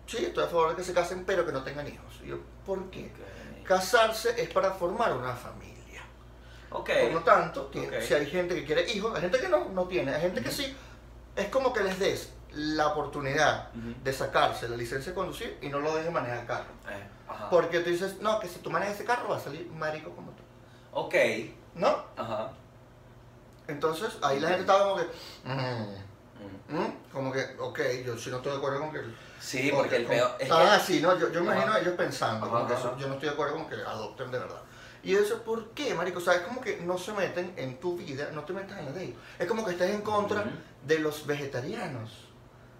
Speaker 1: sí, estoy a favor de que se casen, pero que no tengan hijos. Y yo, ¿por qué? Casarse es para formar una familia.
Speaker 2: Ok.
Speaker 1: Por lo tanto, que
Speaker 2: Ok.
Speaker 1: si hay gente que quiere hijos, hay gente que no, no tiene, hay gente que
Speaker 2: Ujú.
Speaker 1: sí, es como que les des la oportunidad
Speaker 2: Ujú.
Speaker 1: de sacarse la licencia de conducir y no lo dejes manejar carro.
Speaker 2: Eh, ajá.
Speaker 1: Porque tú dices, no, que si tú manejas ese carro va a salir marico como tú.
Speaker 2: Ok.
Speaker 1: ¿No?
Speaker 2: Ajá.
Speaker 1: Entonces ahí la gente estaba como que, mm,
Speaker 2: Mm.
Speaker 1: mm, como que, ok, yo si no estoy de acuerdo con que...
Speaker 2: Sí, porque el
Speaker 1: como-
Speaker 2: peo. Es
Speaker 1: Estaban
Speaker 2: que,
Speaker 1: así, Ah, ¿no? Yo, yo imagino
Speaker 2: Ajá.
Speaker 1: a ellos pensando, como
Speaker 2: Ajá,
Speaker 1: que eso,
Speaker 2: ajá.
Speaker 1: yo no estoy de acuerdo con que adopten de verdad. Y eso, ¿por qué, marico? O sea, es como que no se meten en tu vida, no te metas en la de ellos. Es como que estés en contra
Speaker 2: Ujú.
Speaker 1: de los vegetarianos.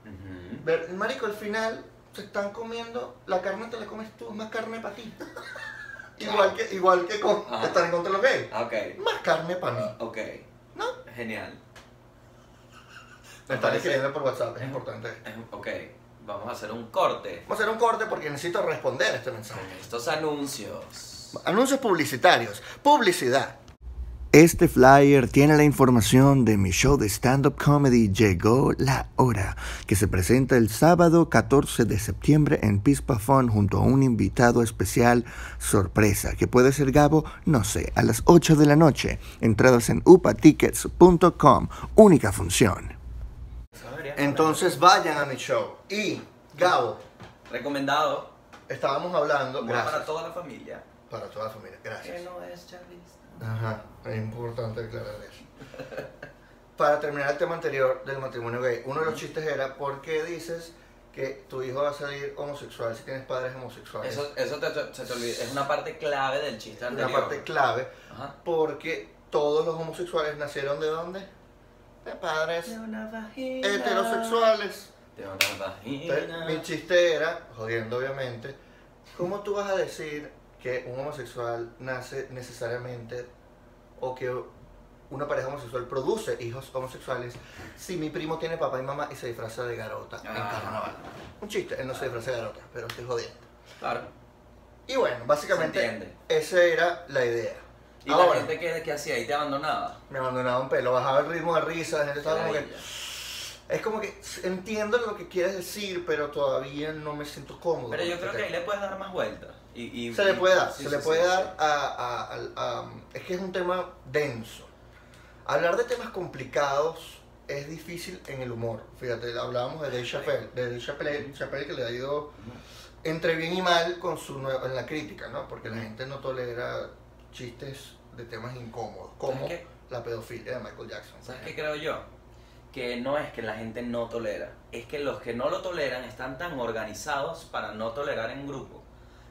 Speaker 2: Ujú.
Speaker 1: Ver- Marico, al final se están comiendo, la carne te la comes tú, es más carne para
Speaker 2: [LAUGHS]
Speaker 1: ti. igual que, igual que con,
Speaker 2: Ajá.
Speaker 1: están en contra de los gays.
Speaker 2: Ah, Ok.
Speaker 1: Más carne para mí.
Speaker 2: Ok.
Speaker 1: ¿No?
Speaker 2: Genial.
Speaker 1: Me están
Speaker 2: parece-
Speaker 1: escribiendo por WhatsApp, es importante esto.
Speaker 2: Eh, Ok. Vamos a hacer un corte.
Speaker 1: Vamos a hacer un corte porque necesito responder este mensaje.
Speaker 2: con estos anuncios.
Speaker 1: Anuncios publicitarios. Publicidad. Este flyer tiene la información de mi show de stand-up comedy Llegó la hora, que se presenta el sábado 14 de septiembre en Pispafón junto a un invitado especial sorpresa, que puede ser Gabo, no sé, a las 8 de la noche. Entradas en upatickets.com, única función.
Speaker 2: Eso debería ser
Speaker 1: Entonces vayan a mi show. Y, Gabo,
Speaker 2: Recomendado.
Speaker 1: estábamos hablando...
Speaker 2: Va para
Speaker 1: Gracias.
Speaker 2: toda la familia.
Speaker 1: Para toda la familia,
Speaker 2: Que
Speaker 1: gracias.
Speaker 2: no es Charlize.
Speaker 1: Ajá, es importante aclarar eso. Para terminar el tema anterior del matrimonio gay, uno de los chistes era ¿por qué dices que tu hijo va a salir homosexual si tienes padres homosexuales?
Speaker 2: Eso, eso te, se te olvida. Es una parte clave del chiste
Speaker 1: es una
Speaker 2: anterior.
Speaker 1: parte clave
Speaker 2: Ajá.
Speaker 1: porque todos los homosexuales nacieron de dónde? De padres
Speaker 2: De una vagina.
Speaker 1: heterosexuales.
Speaker 2: De una
Speaker 1: Entonces,
Speaker 2: vagina.
Speaker 1: mi chiste era, jodiendo obviamente, ¿cómo tú vas a decir que un homosexual nace necesariamente o que una pareja homosexual produce hijos homosexuales si mi primo tiene papá y mamá y se disfraza de garota en
Speaker 2: Ah.
Speaker 1: carnaval? Un chiste, él no se disfraza de garota, pero estoy jodiendo.
Speaker 2: Claro.
Speaker 1: Y bueno,
Speaker 2: Se
Speaker 1: básicamente
Speaker 2: entiende.
Speaker 1: esa era la idea.
Speaker 2: Y la
Speaker 1: Ahora,
Speaker 2: gente que, que hacía ahí te abandonaba.
Speaker 1: me abandonaba un pelo, bajaba el ritmo de risa, la gente estaba como que...
Speaker 2: Maravilla.
Speaker 1: Es como que entiendo lo que quieres decir, pero todavía no me siento cómodo.
Speaker 2: Pero
Speaker 1: con
Speaker 2: yo
Speaker 1: este
Speaker 2: creo que
Speaker 1: tema.
Speaker 2: ahí le puedes dar más vueltas. Y, y-
Speaker 1: Se le puede dar,
Speaker 2: sí,
Speaker 1: se
Speaker 2: sí,
Speaker 1: le puede
Speaker 2: sí,
Speaker 1: dar
Speaker 2: sí.
Speaker 1: a, a- al- a- Es que es un tema denso. Hablar de temas complicados es difícil en el humor. Fíjate, hablábamos de Dave Chappelle, de Dave Chappelle, Chappelle que le ha ido entre bien y mal con su nue- en la crítica, ¿no? Porque la gente no tolera chistes de temas incómodos, como
Speaker 2: qué?
Speaker 1: la pedofilia de Michael Jackson.
Speaker 2: ¿Sabes qué creo yo? Que no es que la gente no tolera, es que los que no lo toleran están tan organizados para no tolerar en grupo,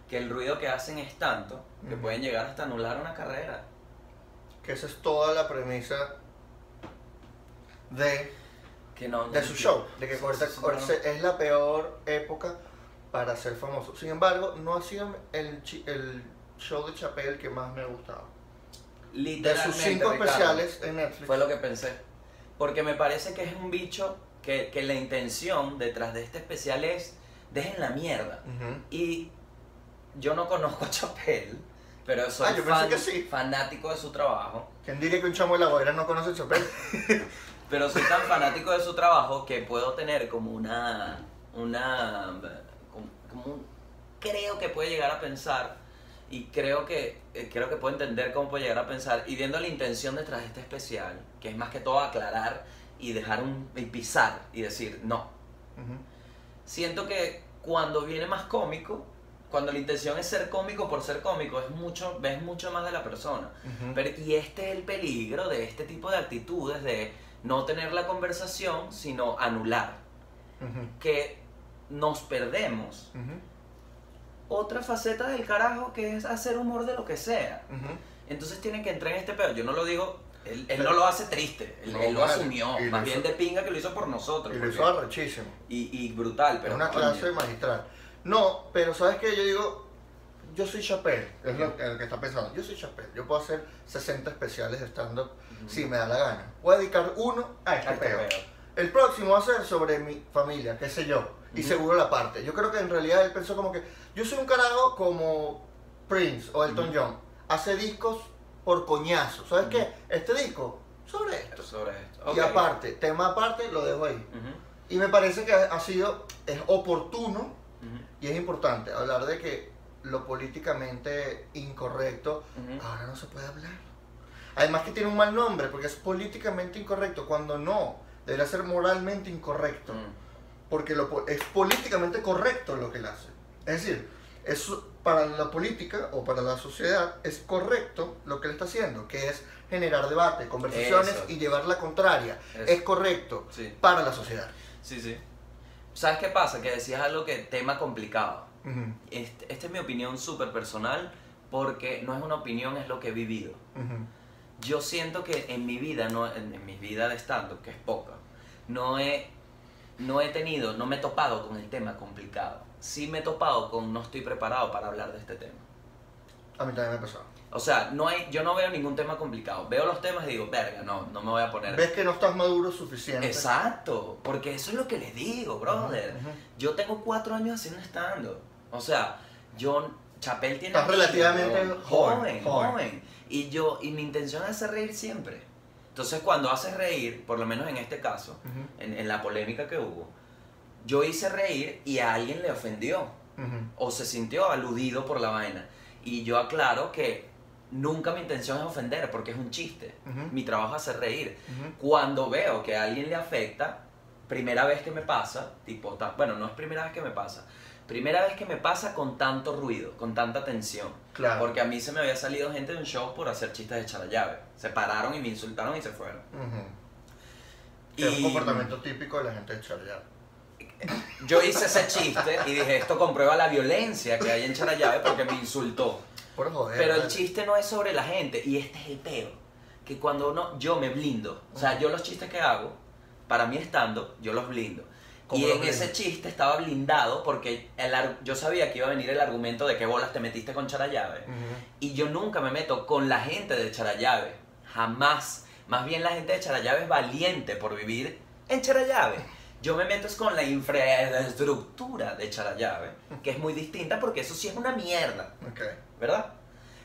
Speaker 2: que el ruido que hacen es tanto que
Speaker 1: Ujú.
Speaker 2: pueden llegar hasta anular una carrera.
Speaker 1: Que esa es toda la premisa de
Speaker 2: Que no,
Speaker 1: de su show, de que
Speaker 2: Sí,
Speaker 1: ahorita-
Speaker 2: sí, sí,
Speaker 1: ahorita
Speaker 2: claro.
Speaker 1: es la peor época para ser famoso. Sin embargo, no ha sido el, chi- el show de Chappelle que más me ha gustado. De
Speaker 2: Literalmente,
Speaker 1: sus cinco
Speaker 2: Ricardo,
Speaker 1: especiales en Netflix.
Speaker 2: Fue lo que pensé. Porque me parece que es un bicho que, que la intención detrás de este especial es dejen la mierda.
Speaker 1: Ujú.
Speaker 2: Y yo no conozco a Chapel, pero soy
Speaker 1: Ah, yo pensé
Speaker 2: fan-
Speaker 1: que sí.
Speaker 2: fanático de su trabajo.
Speaker 1: ¿Quién diría que un chamo de la boira no conoce a Chappelle?
Speaker 2: Pero soy tan fanático de su trabajo que puedo tener como una. una. como, como un- creo que puede llegar a pensar. Y creo que, eh, creo que puedo entender cómo puede llegar a pensar. Y viendo la intención detrás de este especial, que es más que todo aclarar y dejar un. y pisar y decir, no,
Speaker 1: Ujú.
Speaker 2: siento que cuando viene más cómico, cuando la intención es ser cómico por ser cómico, es mucho, ves mucho más de la persona.
Speaker 1: Ujú.
Speaker 2: Pero, y este es el peligro de este tipo de actitudes de no tener la conversación, sino anular,
Speaker 1: Ujú.
Speaker 2: que nos perdemos.
Speaker 1: Ujú.
Speaker 2: Otra faceta del carajo que es hacer humor de lo que sea.
Speaker 1: Ujú.
Speaker 2: Entonces tienen que entrar en este pedo. Yo no lo digo, él, él no lo hace triste, él,
Speaker 1: No,
Speaker 2: él lo
Speaker 1: vale.
Speaker 2: asumió,
Speaker 1: Y lo
Speaker 2: más
Speaker 1: hizo-
Speaker 2: bien de pinga que lo hizo por nosotros.
Speaker 1: Y lo hizo
Speaker 2: porque-
Speaker 1: arrechísimo.
Speaker 2: y, y brutal, pero...
Speaker 1: es una
Speaker 2: coño.
Speaker 1: clase magistral. No, pero ¿sabes qué? Yo digo, yo soy Chappelle, es lo que, lo que está pensando. Yo soy Chappelle, yo puedo hacer 60 especiales de stand-up
Speaker 2: Ujú.
Speaker 1: si me da la gana. Voy a dedicar uno a este
Speaker 2: Ay, qué
Speaker 1: peo.
Speaker 2: pedo.
Speaker 1: El próximo va a ser sobre mi familia, qué sé yo. Y
Speaker 2: Ujú.
Speaker 1: seguro la parte. Yo creo que en realidad él pensó como que yo soy un carajo como Prince o Elton
Speaker 2: Ujú.
Speaker 1: John. Hace discos por coñazo. ¿Sabes
Speaker 2: Ujú.
Speaker 1: qué? Este disco, sobre esto.
Speaker 2: sobre esto.
Speaker 1: Y
Speaker 2: Ok.
Speaker 1: aparte, tema aparte, lo dejo ahí.
Speaker 2: Ujú,
Speaker 1: Y me parece que ha ha sido, es oportuno
Speaker 2: ujú,
Speaker 1: y es importante hablar de que lo políticamente incorrecto
Speaker 2: ujú.
Speaker 1: ahora no se puede hablar. Además que tiene un mal nombre porque es políticamente incorrecto cuando no, debería ser moralmente incorrecto
Speaker 2: Mm,
Speaker 1: porque lo po- es políticamente correcto lo que él hace. Es decir, es, para la política o para la sociedad es correcto lo que él está haciendo, que es generar debate, conversaciones
Speaker 2: Eso.
Speaker 1: y llevar la contraria.
Speaker 2: Eso.
Speaker 1: Es correcto
Speaker 2: Sí,
Speaker 1: para la sociedad.
Speaker 2: sí, sí. ¿Sabes qué pasa? Que decías algo que tema complicado.
Speaker 1: Ujú,
Speaker 2: Este- Esta es mi opinión súper personal porque no es una opinión, es lo que he vivido.
Speaker 1: ujú.
Speaker 2: Yo siento que en mi vida, no, en, en mi vida de stand que es poca, no he, no he tenido, no me he topado con el tema complicado. Sí me he topado con no estoy preparado para hablar de este tema.
Speaker 1: A mí también me ha pasado.
Speaker 2: O sea, no hay, yo no veo ningún tema complicado. Veo los temas y digo, verga, no, no me voy a poner.
Speaker 1: Ves que no estás maduro suficiente.
Speaker 2: Exacto, porque eso es lo que les digo, brother.
Speaker 1: Ujú, ujú.
Speaker 2: Yo tengo cuatro años haciendo stand O sea, yo Chapel tiene.
Speaker 1: Estás relativamente
Speaker 2: joven,
Speaker 1: joven,
Speaker 2: joven,
Speaker 1: joven.
Speaker 2: Y yo, y mi intención es hacer reír siempre. Entonces, cuando haces reír, por lo menos en este caso,
Speaker 1: Ujú,
Speaker 2: en, en la polémica que hubo, yo hice reír y a alguien le ofendió
Speaker 1: ujú.
Speaker 2: o se sintió aludido por la vaina. Y yo aclaro que nunca mi intención es ofender porque es un chiste.
Speaker 1: Ujú.
Speaker 2: Mi trabajo es hacer reír.
Speaker 1: Ujú.
Speaker 2: Cuando veo que a alguien le afecta, primera vez que me pasa, tipo, ta- bueno, no es primera vez que me pasa, primera vez que me pasa con tanto ruido, con tanta tensión.
Speaker 1: Claro.
Speaker 2: Porque a mí se me había salido gente de un show por hacer chistes de echar la llave. Se pararon y me insultaron y se fueron.
Speaker 1: Ujú.
Speaker 2: Y
Speaker 1: Es un comportamiento típico de la gente de Charlar.
Speaker 2: Yo hice ese chiste y dije, esto comprueba la violencia que hay en Charallave porque me insultó.
Speaker 1: Por joder.
Speaker 2: Pero el
Speaker 1: vale.
Speaker 2: chiste no es sobre la gente y este es el peo. Que cuando uno, yo me blindo. O sea, yo los chistes que hago, para mí estando, yo los blindo.
Speaker 1: ¿Cómo
Speaker 2: Y
Speaker 1: los
Speaker 2: en
Speaker 1: blindas?
Speaker 2: ese chiste estaba blindado porque el ar- yo sabía que iba a venir el argumento de que bolas te metiste con Charallave.
Speaker 1: Ujú.
Speaker 2: Y yo nunca me meto con la gente de Charallave. Jamás. Más bien la gente de Charallave es valiente por vivir en Charallave. Yo me meto es con la infraestructura de Charallave, que es muy distinta porque eso sí es una mierda.
Speaker 1: Ok.
Speaker 2: ¿verdad?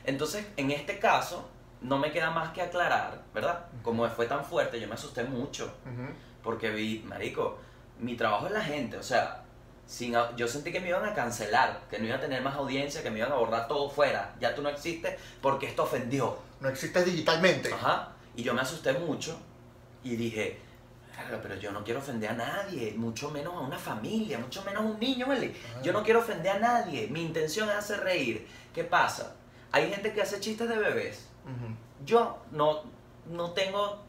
Speaker 2: Entonces, en este caso, no me queda más que aclarar, ¿verdad? Como fue tan fuerte, yo me asusté mucho,
Speaker 1: Ujú.
Speaker 2: porque vi, marico, mi trabajo es la gente, o sea, sin, au- yo sentí que me iban a cancelar, que no iba a tener más audiencia, que me iban a borrar todo fuera, ya tú no existes porque esto ofendió.
Speaker 1: No existes digitalmente.
Speaker 2: Ajá. Y yo me asusté mucho y dije, "Verga, pero yo no quiero ofender a nadie, mucho menos a una familia, mucho menos a un niño, ¿vale?
Speaker 1: Ah.
Speaker 2: Yo no quiero ofender a nadie, mi intención es hacer reír. ¿Qué pasa? Hay gente que hace chistes de bebés.
Speaker 1: Ujú.
Speaker 2: Yo no, no tengo,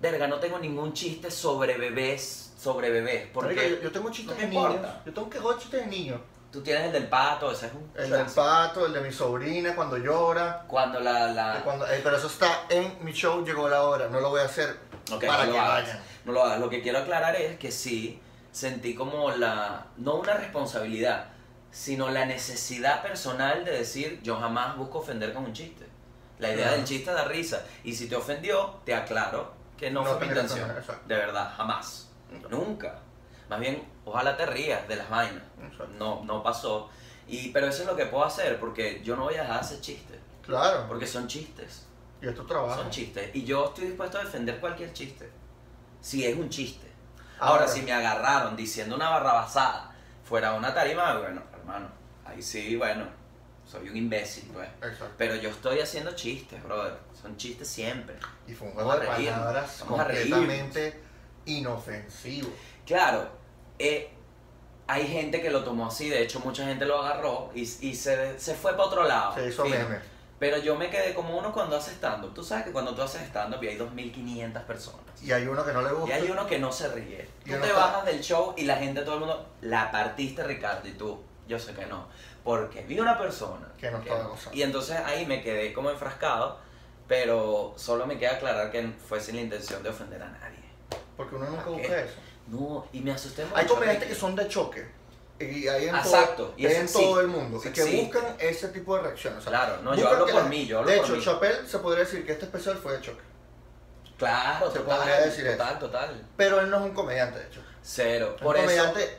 Speaker 2: verga, no tengo ningún chiste sobre bebés, sobre bebés,
Speaker 1: Marico,
Speaker 2: porque
Speaker 1: yo, yo tengo chistes
Speaker 2: no
Speaker 1: de
Speaker 2: me
Speaker 1: niños.
Speaker 2: importa.
Speaker 1: Yo tengo que joder chistes de niños.
Speaker 2: tú tienes el del pato, ese es un...
Speaker 1: El del pato, el de mi sobrina cuando llora.
Speaker 2: Cuando la...
Speaker 1: que
Speaker 2: la...
Speaker 1: cuando- eh, pero eso está en mi show, llegó la hora. No lo voy a hacer
Speaker 2: Ok,
Speaker 1: para
Speaker 2: no
Speaker 1: que
Speaker 2: lo hagas.
Speaker 1: vayan.
Speaker 2: No lo hagas. Lo que quiero aclarar es que sí sentí como la, no una responsabilidad, sino la necesidad personal de decir, yo jamás busco ofender con un chiste. La idea
Speaker 1: Claro.
Speaker 2: del chiste da risa. Y si te ofendió, te aclaro que no,
Speaker 1: No
Speaker 2: fue mi
Speaker 1: te mereces
Speaker 2: intención.
Speaker 1: nada, exacto.
Speaker 2: De verdad, jamás. Nunca. Más bien, ojalá te rías de las vainas.
Speaker 1: Exacto.
Speaker 2: No, no pasó. Y, pero eso es lo que puedo hacer, porque yo no voy a dejar de hacer chistes.
Speaker 1: Claro.
Speaker 2: Porque son chistes.
Speaker 1: y esto trabajo.
Speaker 2: Son chistes. Y yo estoy dispuesto a defender cualquier chiste. Si es un chiste. Ahora, si me agarraron diciendo una barrabasada fuera de una tarima, bueno, hermano, ahí sí, bueno, soy un imbécil, pues.
Speaker 1: Exacto.
Speaker 2: Pero yo estoy haciendo chistes, brother. Son chistes siempre.
Speaker 1: Y fue un juego
Speaker 2: Vamos a
Speaker 1: de
Speaker 2: reír,
Speaker 1: palabras
Speaker 2: vamos a reír.
Speaker 1: completamente inofensivo.
Speaker 2: Claro, eh, hay gente que lo tomó así, de hecho mucha gente lo agarró y, y se, se fue para otro lado.
Speaker 1: Se hizo
Speaker 2: Fin.
Speaker 1: meme.
Speaker 2: Pero yo me quedé como uno cuando hace stand-up. Tú sabes que cuando tú haces stand-up y hay 2.500 personas.
Speaker 1: Y hay uno que no le
Speaker 2: Y
Speaker 1: gusta.
Speaker 2: hay uno que no se ríe.
Speaker 1: Y
Speaker 2: Tú
Speaker 1: uno
Speaker 2: te
Speaker 1: está-
Speaker 2: bajas del show y la gente, todo el mundo, la partiste Ricardo y tú, yo sé que no. Porque vi una persona.
Speaker 1: Que no estaba gozando.
Speaker 2: Y entonces ahí me quedé como enfrascado, pero solo me queda aclarar que fue sin la intención de ofender a nadie.
Speaker 1: Porque uno nunca
Speaker 2: ¿Para qué?
Speaker 1: busca eso.
Speaker 2: No, y me asusté mucho.
Speaker 1: Hay comediantes
Speaker 2: Ricky.
Speaker 1: que son de choque. Y hay en,
Speaker 2: Exacto,
Speaker 1: todo,
Speaker 2: y eso
Speaker 1: en
Speaker 2: existe,
Speaker 1: todo el mundo.
Speaker 2: eso
Speaker 1: Y que
Speaker 2: existe.
Speaker 1: buscan ese tipo de reacción. O sea,
Speaker 2: Claro, no, yo
Speaker 1: buscan
Speaker 2: hablo
Speaker 1: que
Speaker 2: por
Speaker 1: la-
Speaker 2: mí, yo hablo
Speaker 1: De
Speaker 2: por
Speaker 1: hecho,
Speaker 2: mí.
Speaker 1: Chappelle se podría decir que este especial fue de choque.
Speaker 2: Claro,
Speaker 1: se
Speaker 2: total,
Speaker 1: podría decir eso.
Speaker 2: total, total.
Speaker 1: Pero él no es un comediante, de hecho.
Speaker 2: Cero.
Speaker 1: Es
Speaker 2: Por
Speaker 1: un
Speaker 2: eso,
Speaker 1: comediante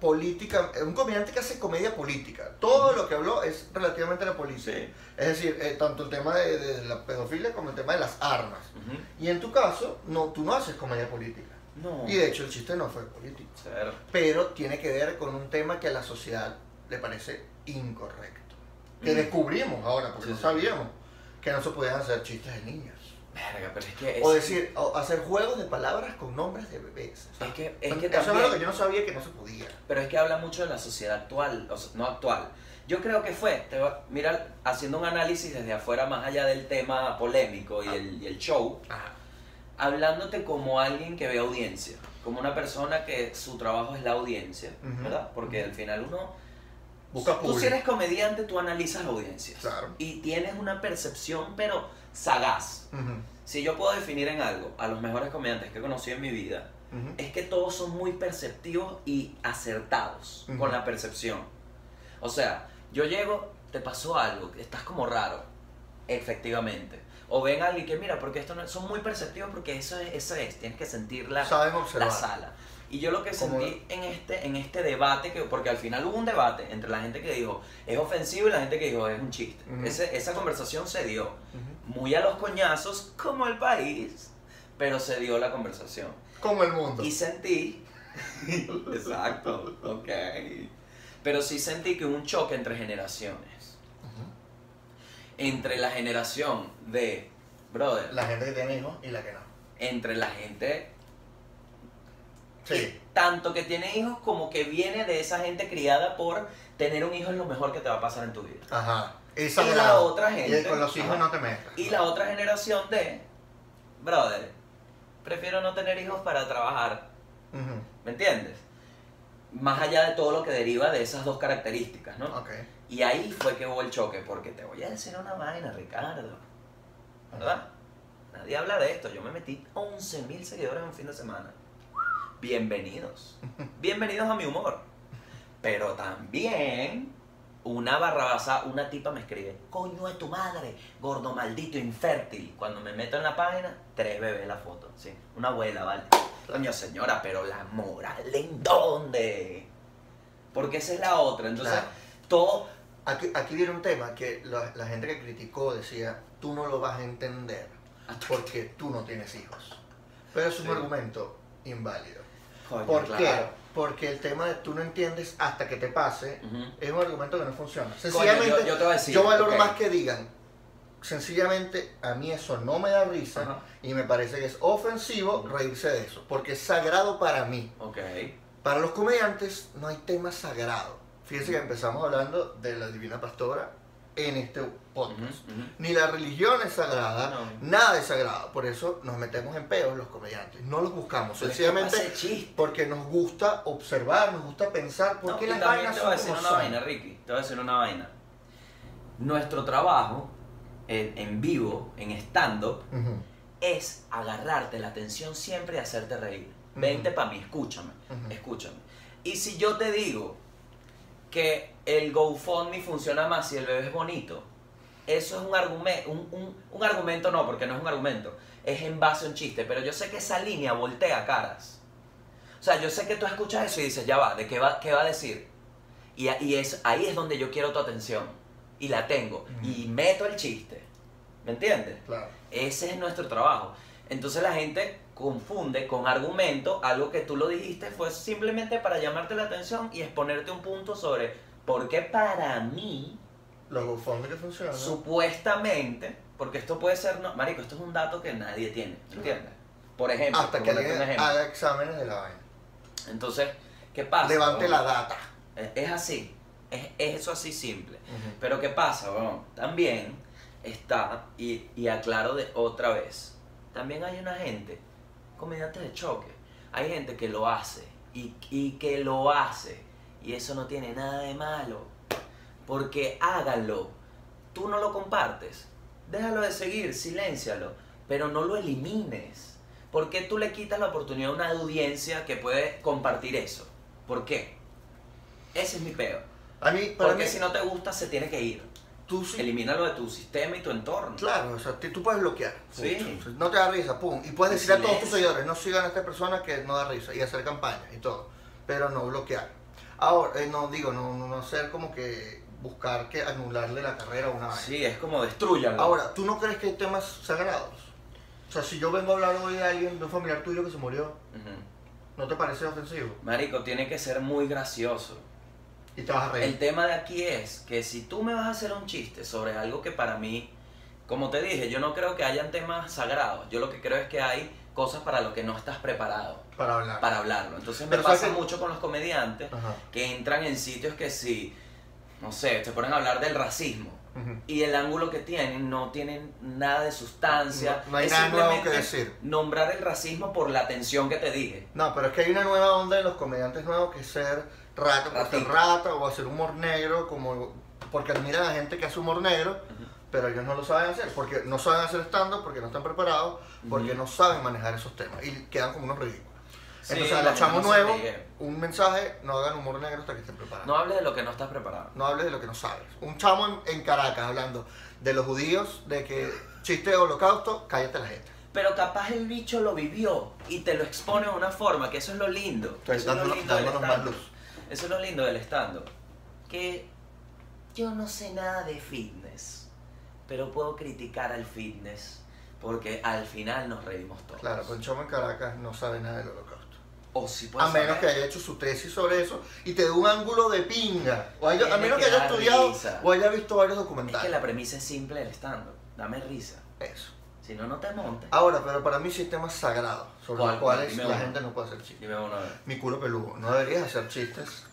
Speaker 1: política, es un comediante que hace comedia política. Todo lo que habló es relativamente a la política.
Speaker 2: Sí.
Speaker 1: Es decir, eh, tanto el tema de, de la pedofilia como el tema de las armas.
Speaker 2: Ujú.
Speaker 1: Y en tu caso, no, tú no haces comedia política.
Speaker 2: no.
Speaker 1: Y de hecho el chiste no fue político.
Speaker 2: Cero.
Speaker 1: Pero tiene que ver con un tema que a la sociedad le parece incorrecto. Que
Speaker 2: Mm.
Speaker 1: descubrimos ahora, porque
Speaker 2: Sí,
Speaker 1: no
Speaker 2: sí.
Speaker 1: sabíamos que no se podían hacer chistes de niños.
Speaker 2: Verga, pero es que.
Speaker 1: O
Speaker 2: es-
Speaker 1: decir, o hacer juegos de palabras con nombres de bebés.
Speaker 2: Es que, es
Speaker 1: Eso
Speaker 2: que
Speaker 1: es
Speaker 2: también-
Speaker 1: algo que yo no sabía que no se podía.
Speaker 2: Pero es que habla mucho de la sociedad actual, o sea, no actual. Yo creo que fue, te va- mira, haciendo un análisis desde afuera, más allá del tema polémico
Speaker 1: Ah.
Speaker 2: y, el, y el show, hablándote como alguien que ve audiencia, como una persona que su trabajo es la audiencia,
Speaker 1: Ujú.
Speaker 2: ¿verdad? Porque
Speaker 1: Ujú.
Speaker 2: al final uno...
Speaker 1: Busca
Speaker 2: tú si
Speaker 1: público.
Speaker 2: eres comediante, tú analizas audiencias.
Speaker 1: Claro.
Speaker 2: Y tienes una percepción, pero sagaz.
Speaker 1: Ujú,
Speaker 2: Si yo puedo definir en algo a los mejores comediantes que he conocido en mi vida,
Speaker 1: ujú.
Speaker 2: es que todos son muy perceptivos y acertados
Speaker 1: Ujú.
Speaker 2: con la percepción. O sea, yo llego, te pasó algo, estás como raro, efectivamente. O ven a alguien que mira, porque esto no, son muy perceptivos porque eso es, eso es, tienes que sentir la,
Speaker 1: Saben
Speaker 2: la
Speaker 1: observar.
Speaker 2: sala. Y yo lo que
Speaker 1: ¿Cómo?
Speaker 2: sentí en este, en este debate, que, porque al final hubo un debate entre la gente que dijo es ofensivo y la gente que dijo es un chiste.
Speaker 1: Ujú.
Speaker 2: Ese- esa conversación se dio muy a los coñazos, como el país, pero se dio la conversación.
Speaker 1: Como el mundo.
Speaker 2: Y sentí. [LAUGHS] Exacto, ok. Pero sí sentí que hubo un choque entre generaciones.
Speaker 1: Ujú.
Speaker 2: Entre la generación de. Brother,
Speaker 1: La gente que tiene hijos y la que no.
Speaker 2: entre la gente.
Speaker 1: Sí.
Speaker 2: Tanto que tiene hijos como que viene de esa gente criada por tener un hijo es lo mejor que te va a pasar en tu vida.
Speaker 1: Ajá. Y,
Speaker 2: Y la
Speaker 1: sagrado.
Speaker 2: otra gente.
Speaker 1: Y con los hijos
Speaker 2: ajá.
Speaker 1: no te metas.
Speaker 2: Y la otra generación de. Brother, prefiero no tener hijos para trabajar.
Speaker 1: Ujú.
Speaker 2: ¿Me entiendes? Más allá de todo lo que deriva de esas dos características, ¿no?
Speaker 1: Ok.
Speaker 2: Y ahí fue que hubo el choque, porque te voy a decir una vaina, Ricardo, ¿verdad? Nadie habla de esto, yo me metí 11.000 seguidores en un fin de semana. Bienvenidos, bienvenidos a mi humor. Pero también una barrabasa, una tipa me escribe, coño de tu madre, gordo maldito infértil. Cuando me meto en la página, tres bebés la foto, sí, una abuela, vale. Coño señora, pero la moral en dónde? Porque esa es la otra, entonces
Speaker 1: Claro.
Speaker 2: todo
Speaker 1: Aquí, aquí viene un tema que la, la gente que criticó decía, tú no lo vas a entender porque tú no tienes hijos. Pero es un
Speaker 2: Sí.
Speaker 1: argumento inválido.
Speaker 2: Coño,
Speaker 1: ¿Por
Speaker 2: claro.
Speaker 1: qué? Porque el tema de tú no entiendes hasta que te pase
Speaker 2: Ujú.
Speaker 1: es un argumento que no funciona.
Speaker 2: Coño,
Speaker 1: Sencillamente,
Speaker 2: yo,
Speaker 1: yo,
Speaker 2: yo te voy a decir.
Speaker 1: valoro
Speaker 2: ok.
Speaker 1: más que digan, sencillamente a mí eso no me da risa
Speaker 2: Ajá.
Speaker 1: y me parece que es ofensivo reírse de eso, porque es sagrado para mí.
Speaker 2: Ok.
Speaker 1: Para los comediantes no hay tema sagrado. Fíjense que empezamos hablando de la Divina Pastora en este podcast.
Speaker 2: Ujú, ujú.
Speaker 1: Ni la religión es sagrada,
Speaker 2: No.
Speaker 1: nada es sagrado. Por eso nos metemos en peos los comediantes. No los buscamos,
Speaker 2: Pero es que
Speaker 1: sencillamente
Speaker 2: pasa chiste.
Speaker 1: porque nos gusta observar, nos gusta pensar por
Speaker 2: No,
Speaker 1: qué
Speaker 2: y
Speaker 1: las
Speaker 2: también
Speaker 1: vainas
Speaker 2: te voy a
Speaker 1: son
Speaker 2: decir
Speaker 1: como
Speaker 2: una
Speaker 1: son.
Speaker 2: vaina, Ricky. Te voy a decir una vaina. Nuestro trabajo en, en vivo, en stand-up,
Speaker 1: Ujú,
Speaker 2: es agarrarte la atención siempre y hacerte reír.
Speaker 1: Ujú.
Speaker 2: Vente para mí, escúchame.
Speaker 1: ujú.
Speaker 2: Escúchame. Y si yo te digo que el GoFundMe funciona más si el bebé es bonito, eso es un argumento, un, un- un argumento no, porque no es un argumento, es en base a un chiste, pero yo sé que esa línea voltea caras. O sea, yo sé que tú escuchas eso y dices, ya va, ¿de qué va, qué va a decir? Y, a- y es, ahí es donde yo quiero tu atención. Y la tengo. Y meto el chiste. ¿Me entiendes?
Speaker 1: Claro.
Speaker 2: Ese es nuestro trabajo. Entonces la gente confunde con argumento algo que tú lo dijiste fue simplemente para llamarte la atención y exponerte un punto sobre por qué para mí,
Speaker 1: Los GoFundMe que funcionan.
Speaker 2: supuestamente, porque esto puede ser, no, marico, esto es un dato que nadie tiene, ¿entiendes? Por ejemplo,
Speaker 1: Hasta
Speaker 2: por
Speaker 1: que
Speaker 2: ponerte
Speaker 1: alguien
Speaker 2: un ejemplo.
Speaker 1: haga exámenes de la vaina.
Speaker 2: Entonces, ¿qué pasa?
Speaker 1: Levante la
Speaker 2: huevón?
Speaker 1: data.
Speaker 2: Es, es así, es, es eso así simple.
Speaker 1: Ujú.
Speaker 2: Pero ¿qué pasa, weón? También está, y, y aclaro de otra vez, también hay una gente, comediantes de choque, hay gente que lo hace, y, y que lo hace, y eso no tiene nada de malo, porque hágalo, tú no lo compartes, déjalo de seguir, siléncialo, pero no lo elimines. ¿Por qué tú le quitas la oportunidad a una audiencia que puede compartir eso? ¿Por qué? Ese es mi peo.
Speaker 1: A mí, para
Speaker 2: Porque
Speaker 1: mí,
Speaker 2: si no te gusta, se tiene que ir.
Speaker 1: tú sí
Speaker 2: Elimínalo de tu sistema y tu entorno.
Speaker 1: Claro, o sea, tú tú puedes bloquear.
Speaker 2: Sí.
Speaker 1: Punto. No te da risa, pum. Y puedes
Speaker 2: Y
Speaker 1: decir a todos tus
Speaker 2: silencio.
Speaker 1: seguidores, no sigan a esta persona que no da risa y hacer campaña y todo. Pero no bloquear. Ahora, eh, no digo, no, no no hacer como que buscar que anularle la carrera a una vaina.
Speaker 2: Sí, es como destruyalo.
Speaker 1: Ahora, ¿tú no crees que hay temas sagrados? O sea, si yo vengo a hablar hoy de alguien, de un familiar tuyo que se murió,
Speaker 2: Ujú.
Speaker 1: ¿no te parece ofensivo?
Speaker 2: Marico, tiene que ser muy gracioso.
Speaker 1: Y te vas a
Speaker 2: El
Speaker 1: reír.
Speaker 2: tema de aquí es que si tú me vas a hacer un chiste sobre algo que para mí, como te dije, yo no creo que hayan temas sagrados. Yo lo que creo es que hay cosas para lo que no estás preparado
Speaker 1: Para hablar.
Speaker 2: para hablarlo. Entonces me
Speaker 1: Pero ¿sabes
Speaker 2: pasa
Speaker 1: qué?
Speaker 2: mucho con los comediantes
Speaker 1: Ajá.
Speaker 2: que entran en sitios que si, no sé, te ponen a hablar del racismo.
Speaker 1: Ujú.
Speaker 2: y el ángulo que tienen no tienen nada de sustancia.
Speaker 1: No- no hay
Speaker 2: Es
Speaker 1: nada nuevo
Speaker 2: simplemente
Speaker 1: que decir.
Speaker 2: Nombrar el racismo por la atención que te dije.
Speaker 1: No, pero es que hay una nueva onda de los comediantes nuevos que es ser rata por ser
Speaker 2: Ratito.
Speaker 1: rata o hacer humor negro, como porque admiran a la gente que hace humor negro, pero ellos no lo saben hacer, porque no saben hacer stand-up, porque no están preparados, porque
Speaker 2: Ujú.
Speaker 1: no saben manejar esos temas y quedan como unos ridículos.
Speaker 2: Sí,
Speaker 1: Entonces, a
Speaker 2: la
Speaker 1: los
Speaker 2: gente
Speaker 1: chamos
Speaker 2: no se
Speaker 1: nuevos,
Speaker 2: ríe.
Speaker 1: un mensaje, no hagan humor negro hasta que estén preparados.
Speaker 2: No
Speaker 1: No,
Speaker 2: hables de lo que no estás preparado.
Speaker 1: hables de lo que no sabes. Un chamo en, en Caracas hablando de los judíos, de que chiste de holocausto, cállate la gente.
Speaker 2: Pero capaz el bicho lo vivió y te lo expone de una forma, que eso es lo lindo.
Speaker 1: Entonces,
Speaker 2: eso es lo
Speaker 1: dándonos-
Speaker 2: lindo del
Speaker 1: dándonos más
Speaker 2: stand-up.
Speaker 1: luz.
Speaker 2: Eso es lo lindo del stand Que yo no sé nada de fitness, pero puedo criticar al fitness porque al final nos reímos todos.
Speaker 1: Claro, Conchoma en Caracas no sabe nada del holocausto.
Speaker 2: O si puedes
Speaker 1: A menos que
Speaker 2: saber,
Speaker 1: haya hecho su tesis sobre eso y te dé un ángulo de pinga. O haya- a
Speaker 2: Tiene
Speaker 1: menos que
Speaker 2: que
Speaker 1: haya
Speaker 2: dar
Speaker 1: estudiado
Speaker 2: risa.
Speaker 1: o haya visto varios
Speaker 2: Es que
Speaker 1: documentales.
Speaker 2: la premisa es simple del stand Dame risa.
Speaker 1: Eso.
Speaker 2: Si no, no te montes.
Speaker 1: Ahora, pero para mí sí hay temas sagrados sobre los
Speaker 2: ¿Cuál?
Speaker 1: cuales
Speaker 2: Dime
Speaker 1: la
Speaker 2: uno.
Speaker 1: gente no puede hacer chistes.
Speaker 2: Dime uno. a ver.
Speaker 1: Mi culo peludo. No deberías hacer chistes.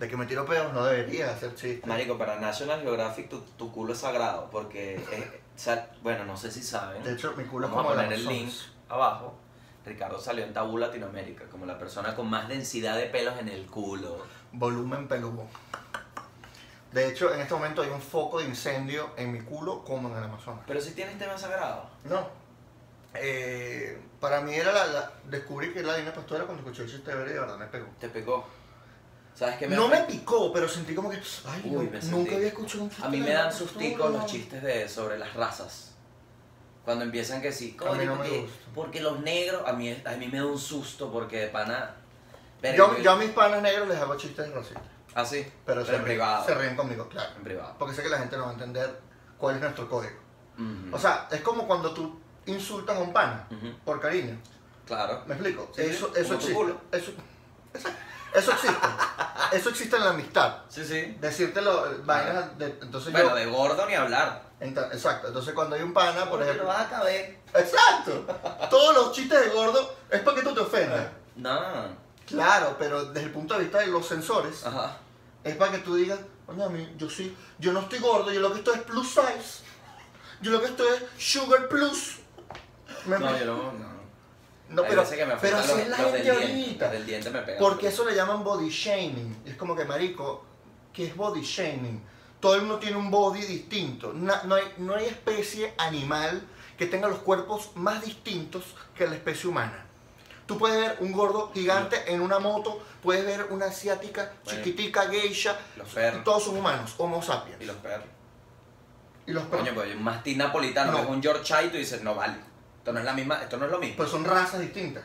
Speaker 1: De que me tiro pedos, no deberías hacer chistes.
Speaker 2: Marico, para National Geographic tu, tu culo es sagrado porque, eh, sa- bueno, no sé si saben.
Speaker 1: De hecho, mi culo es
Speaker 2: Vamos a
Speaker 1: como
Speaker 2: poner
Speaker 1: de
Speaker 2: el
Speaker 1: los
Speaker 2: link
Speaker 1: zombies.
Speaker 2: abajo. Ricardo salió en Tabú Latinoamérica como la persona con más densidad de pelos en el culo.
Speaker 1: Volumen peludo. De hecho, en este momento hay un foco de incendio en mi culo como en el Amazonas.
Speaker 2: Pero si tienes temas sagrados.
Speaker 1: No. Eh, para mí era la, la- Descubrí que era la Dina Pastora cuando escuché el chiste de Verde y de verdad me pegó.
Speaker 2: Te pegó. ¿Sabes qué me
Speaker 1: No me
Speaker 2: afecta?
Speaker 1: picó, pero sentí como que. Ay,
Speaker 2: Uy,
Speaker 1: no,
Speaker 2: me sentí.
Speaker 1: nunca había escuchado un chiste.
Speaker 2: A mí
Speaker 1: de
Speaker 2: me
Speaker 1: la
Speaker 2: dan
Speaker 1: Dina
Speaker 2: sustico
Speaker 1: Pastora.
Speaker 2: los chistes de sobre las razas. Cuando empiezan que sí,
Speaker 1: A mí
Speaker 2: coño,
Speaker 1: no me
Speaker 2: porque,
Speaker 1: gusta.
Speaker 2: porque los negros, a mí, a mí me da un susto porque de pana. verga,
Speaker 1: Yo, yo a mis panas negros les hago chistes racistas.
Speaker 2: Ah, sí,
Speaker 1: Pero, se,
Speaker 2: en
Speaker 1: ríen-
Speaker 2: privado.
Speaker 1: se ríen conmigo, claro.
Speaker 2: En privado.
Speaker 1: Porque sé que la gente no va a entender cuál es nuestro código.
Speaker 2: Ujú.
Speaker 1: O sea, es como cuando tú insultas a un pana
Speaker 2: Ujú.
Speaker 1: por cariño.
Speaker 2: Claro.
Speaker 1: ¿Me explico?
Speaker 2: Sí, sí,
Speaker 1: eso,
Speaker 2: como
Speaker 1: eso
Speaker 2: tu
Speaker 1: existe.
Speaker 2: culo.
Speaker 1: Eso, eso
Speaker 2: [LAUGHS]
Speaker 1: existe. eso existe en la amistad.
Speaker 2: Sí, sí.
Speaker 1: Decirte lo- vainas de. Entonces yo.
Speaker 2: Bueno, de gordo ni hablar.
Speaker 1: Enta- exacto, entonces cuando hay un pana, por
Speaker 2: Porque
Speaker 1: ejemplo.
Speaker 2: lo vas a caber.
Speaker 1: Exacto, todos los chistes de gordo es para que tú te
Speaker 2: Ah.
Speaker 1: ofendas.
Speaker 2: No.
Speaker 1: Claro, pero desde el punto de vista de los sensores,
Speaker 2: Ajá.
Speaker 1: es para que tú digas, oye, a mí, yo sí, yo no estoy gordo, yo lo que estoy es plus size. Yo lo que estoy es sugar plus. Me-
Speaker 2: No, yo no. no.
Speaker 1: No,
Speaker 2: Hay
Speaker 1: pero,
Speaker 2: veces que me
Speaker 1: pero
Speaker 2: afectan
Speaker 1: así
Speaker 2: los-
Speaker 1: es la
Speaker 2: los del
Speaker 1: gente ahorita.
Speaker 2: diente, los del diente me pegan.
Speaker 1: Porque eso le llaman body shaming. Es como que, marico, ¿qué es body shaming? Todo el mundo tiene un body distinto. Na- No, hay, no hay especie animal que tenga los cuerpos más distintos que la especie humana. Tú puedes ver un gordo gigante en una moto, puedes ver una asiática
Speaker 2: Bueno.
Speaker 1: chiquitica geisha,
Speaker 2: Los
Speaker 1: y
Speaker 2: perros.
Speaker 1: todos son humanos, homo sapiens.
Speaker 2: Y los perros.
Speaker 1: Y los
Speaker 2: Coño,
Speaker 1: perros.
Speaker 2: pues un mastín napolitano
Speaker 1: No.
Speaker 2: que es un Yorkshire y tú dices, no vale. Esto no es la misma, esto no es lo mismo.
Speaker 1: Pero pues, son razas distintas.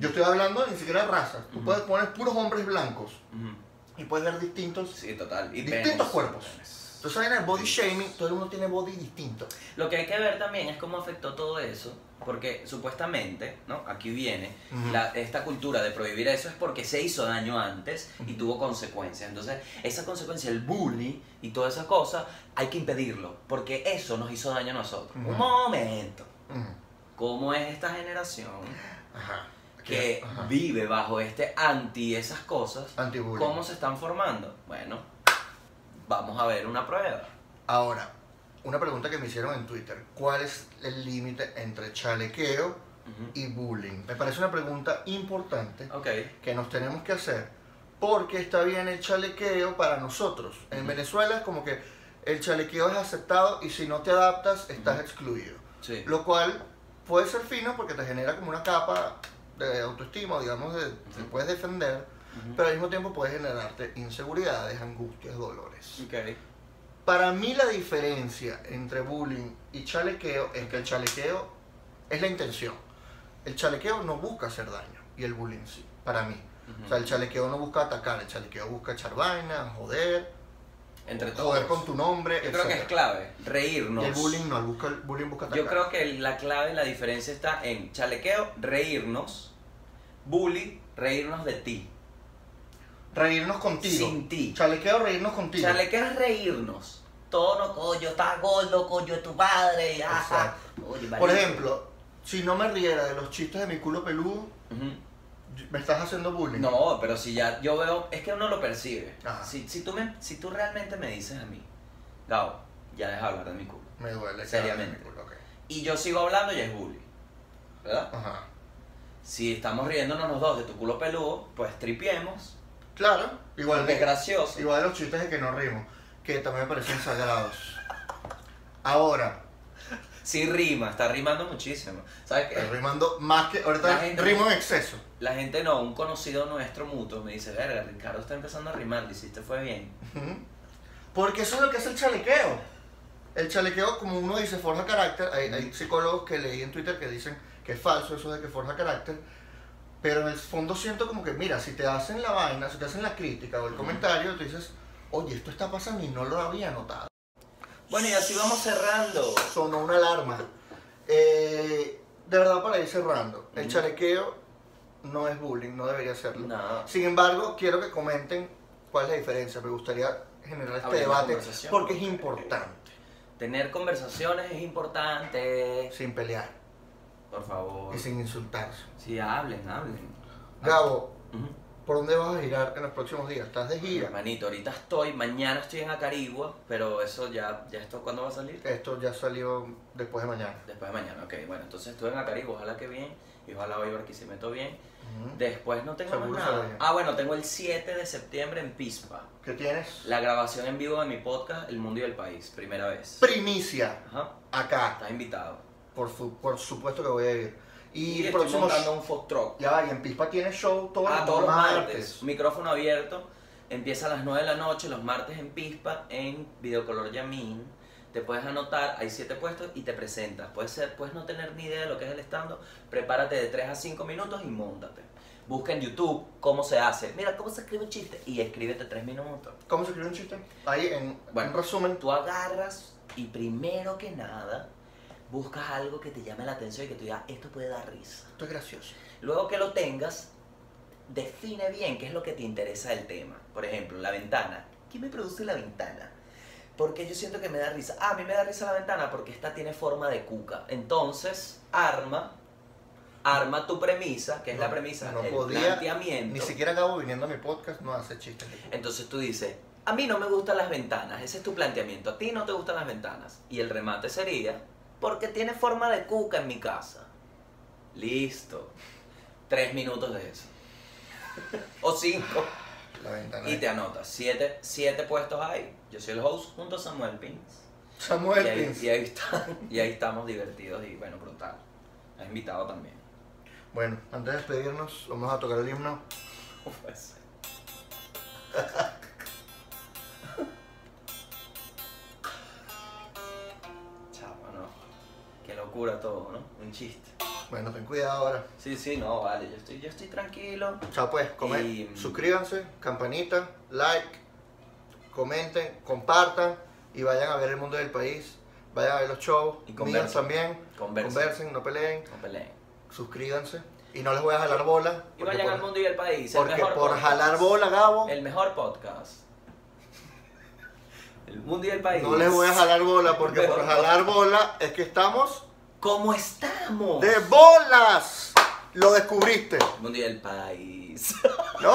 Speaker 1: Yo estoy hablando ni siquiera de razas. Tú
Speaker 2: Ujú.
Speaker 1: puedes poner puros hombres blancos
Speaker 2: Ujú.
Speaker 1: y puedes ver distintos
Speaker 2: Sí, total. Y
Speaker 1: Distintos
Speaker 2: penes,
Speaker 1: cuerpos.
Speaker 2: penes.
Speaker 1: Entonces vaina de body shaming, todo el mundo tiene body distinto.
Speaker 2: Lo que hay que ver también es cómo afectó todo eso, porque supuestamente, ¿no? Aquí viene,
Speaker 1: Ujú.
Speaker 2: la- esta cultura de prohibir eso es porque se hizo daño antes y tuvo consecuencias. Entonces, esa consecuencia, el bullying y todas esas cosas, hay que impedirlo, porque eso nos hizo daño a nosotros.
Speaker 1: Ujú.
Speaker 2: Un momento.
Speaker 1: Ujú.
Speaker 2: ¿Cómo es esta generación
Speaker 1: Ajá.
Speaker 2: que
Speaker 1: Ajá.
Speaker 2: vive bajo este anti esas cosas?
Speaker 1: Antibullying.
Speaker 2: ¿Cómo se están formando? Bueno, vamos a ver una prueba.
Speaker 1: Ahora, una pregunta que me hicieron en Twitter. ¿Cuál es el límite entre chalequeo
Speaker 2: Ujú.
Speaker 1: y bullying? Me parece una pregunta importante
Speaker 2: Ok.
Speaker 1: que nos tenemos que hacer porque está bien el chalequeo para nosotros. En
Speaker 2: Ujú.
Speaker 1: Venezuela es como que el chalequeo es aceptado y si no te adaptas estás
Speaker 2: Ujú.
Speaker 1: excluido.
Speaker 2: Sí.
Speaker 1: Lo cual puede ser fino porque te genera como una capa de autoestima, digamos, de, te puedes defender,
Speaker 2: Ujú.
Speaker 1: pero al mismo tiempo puede generarte inseguridades, angustias, dolores.
Speaker 2: Ok.
Speaker 1: Para mí la diferencia entre bullying y chalequeo es que el chalequeo es la intención. El chalequeo no busca hacer daño y el bullying sí, para mí. O sea, el chalequeo no busca atacar, el chalequeo busca echar vaina, joder,
Speaker 2: Entre todos.
Speaker 1: joder con tu nombre,
Speaker 2: Yo creo que es
Speaker 1: etcétera.
Speaker 2: clave,
Speaker 1: Y
Speaker 2: reírnos.
Speaker 1: el bullying no, el, busca, el bullying busca atacar.
Speaker 2: Yo creo que la clave, la diferencia está en chalequeo, reírnos, bully, reírnos de ti,
Speaker 1: Reírnos contigo.
Speaker 2: sin ti.
Speaker 1: Chalequeo, reírnos contigo.
Speaker 2: Chalequeo es reírnos. Todo no coño, estás gordo, coño, es tu padre. y ajá.
Speaker 1: Exacto.
Speaker 2: Oye,
Speaker 1: Por
Speaker 2: marico.
Speaker 1: ejemplo, si no me riera de los chistes de mi culo peludo,
Speaker 2: Ujú.
Speaker 1: me estás haciendo bullying.
Speaker 2: No, pero si ya yo veo, es que uno lo percibe.
Speaker 1: Ajá.
Speaker 2: Si, si, tú me, si tú realmente me dices a mí, Gao, ya deja de hablar de mi culo.
Speaker 1: Me duele.
Speaker 2: Seriamente.
Speaker 1: claro, mi culo, ok.
Speaker 2: Y yo sigo hablando, ya es bully. ¿Verdad?
Speaker 1: Ajá.
Speaker 2: Si estamos riéndonos los dos de tu culo peludo, pues tripiemos.
Speaker 1: Claro, igual
Speaker 2: Porque es
Speaker 1: de,
Speaker 2: gracioso.
Speaker 1: igual de los chistes de que nos rimos, que también me parecen sagrados. Ahora,
Speaker 2: Sí rima, está rimando muchísimo. ¿Sabes qué?
Speaker 1: estoy rimando más que.
Speaker 2: La
Speaker 1: Ahorita
Speaker 2: gente-
Speaker 1: rimo en exceso.
Speaker 2: La gente no, un conocido nuestro mutuo me dice, verga, Ricardo está empezando a rimar, lo hiciste fue bien.
Speaker 1: Ujú. Porque eso es lo que es el chalequeo. El chalequeo, como uno dice, forja carácter. Hay, hay psicólogos que leí en Twitter que dicen que es falso eso de que forja carácter. Pero en el fondo siento como que, mira, si te hacen la vaina, si te hacen la crítica o el comentario, tú dices, oye, esto está pasando y no lo había notado.
Speaker 2: Bueno, y así vamos cerrando.
Speaker 1: Sonó una alarma. Eh, de verdad, para ir cerrando, el
Speaker 2: Ujú.
Speaker 1: chalequeo no es bullying, no debería serlo.
Speaker 2: No.
Speaker 1: Sin embargo, quiero que comenten cuál es la diferencia. Me gustaría generar este
Speaker 2: Abrir la
Speaker 1: debate
Speaker 2: conversación.
Speaker 1: porque es importante,
Speaker 2: Tener conversaciones es importante.
Speaker 1: sin pelear
Speaker 2: Por favor.
Speaker 1: y sin insultarse.
Speaker 2: Sí, hablen, hablen.
Speaker 1: Gabo,
Speaker 2: Ujú.
Speaker 1: ¿por dónde vas a girar en los próximos días? ¿Estás de gira?
Speaker 2: Hermanito, ahorita estoy, mañana estoy en Acarigua, pero eso ya, ya esto, ¿cuándo va a salir?
Speaker 1: Esto ya salió después de mañana.
Speaker 2: Después de mañana, ok. Bueno, entonces estuve en Acarigua, ojalá que bien, y ojalá hoy Barquisimeto bien.
Speaker 1: Ujú.
Speaker 2: Después no tengo más
Speaker 1: Seguro se
Speaker 2: nada.
Speaker 1: ve.
Speaker 2: Ah, bueno, tengo el 7 de septiembre en Pispa,
Speaker 1: ¿Qué tienes?
Speaker 2: la grabación en vivo de mi podcast El Mundo y el País, primera vez.
Speaker 1: Primicia,
Speaker 2: Ajá,
Speaker 1: acá.
Speaker 2: estás invitado.
Speaker 1: Por, su- por supuesto que voy a ir. Y,
Speaker 2: estoy
Speaker 1: próximo...
Speaker 2: montando un food truck.
Speaker 1: Ya va, y en Pispa tiene show todos,
Speaker 2: Ah,
Speaker 1: los,
Speaker 2: todos los martes.
Speaker 1: martes.
Speaker 2: Micrófono abierto. Empieza a las 9 de la noche, los martes en Pispa, en Videocolor Yamin. Te puedes anotar, hay 7 puestos y te presentas. Puedes, ser, puedes no tener ni idea de lo que es el stand Prepárate de 3 a 5 minutos y montate. Busca en YouTube cómo se hace. Mira, cómo se escribe un chiste y escríbete 3 minutos.
Speaker 1: ¿Cómo se escribe un chiste? Ahí en,
Speaker 2: Bueno.
Speaker 1: en resumen.
Speaker 2: Tú agarras y primero que nada buscas algo que te llame la atención y que tú digas, esto puede dar risa.
Speaker 1: Esto es gracioso.
Speaker 2: Luego que lo tengas, define bien qué es lo que te interesa del tema. Por ejemplo, la ventana. ¿Qué me produce la ventana? Porque yo siento que me da risa. Ah, a mí me da risa la ventana porque esta tiene forma de cuca. Entonces, arma, arma tu premisa, que es
Speaker 1: No,
Speaker 2: la premisa,
Speaker 1: no
Speaker 2: el
Speaker 1: podía
Speaker 2: planteamiento.
Speaker 1: Ni siquiera Gabo viniendo a mi podcast no hace chistes.
Speaker 2: Entonces tú dices, a mí no me gustan las ventanas, ese es tu planteamiento, a ti no te gustan las ventanas. Y el remate sería, porque tiene forma de cuca en mi casa. Listo. Tres minutos de eso. o cinco.
Speaker 1: La ventana.
Speaker 2: Y te anotas. Siete, siete puestos hay. Yo soy el host junto a Samuel Pins.
Speaker 1: Samuel
Speaker 2: y, ahí,
Speaker 1: Pins.
Speaker 2: y ahí está- y ahí estamos divertidos y bueno, brutal. Has invitado también.
Speaker 1: Bueno, antes de despedirnos, vamos a tocar el himno.
Speaker 2: ¿Cómo puede ser? [LAUGHS] Chavo, no. Qué locura todo, ¿no? Un chiste.
Speaker 1: Bueno, ten cuidado ahora.
Speaker 2: Sí, sí, no, vale. Yo estoy, yo estoy tranquilo.
Speaker 1: Chao pues, comen.
Speaker 2: Y-
Speaker 1: Suscríbanse, campanita, like, comenten, compartan y vayan a ver el mundo del país. Vayan a ver los shows.
Speaker 2: Y
Speaker 1: míos
Speaker 2: conversen.
Speaker 1: también.
Speaker 2: Conversen.
Speaker 1: Conversen, no peleen.
Speaker 2: No peleen.
Speaker 1: Suscríbanse. Y no les voy a jalar bola.
Speaker 2: Y vayan
Speaker 1: por-
Speaker 2: al mundo y al país. el
Speaker 1: Porque
Speaker 2: mejor
Speaker 1: por
Speaker 2: podcast.
Speaker 1: jalar bola, Gabo,
Speaker 2: El mejor podcast. El mundo y el país.
Speaker 1: no les voy a jalar bola, porque por
Speaker 2: Pero-
Speaker 1: jalar bola es que estamos
Speaker 2: ¿Cómo estamos?
Speaker 1: de bolas. Lo descubriste.
Speaker 2: El mundo y el país.
Speaker 1: No.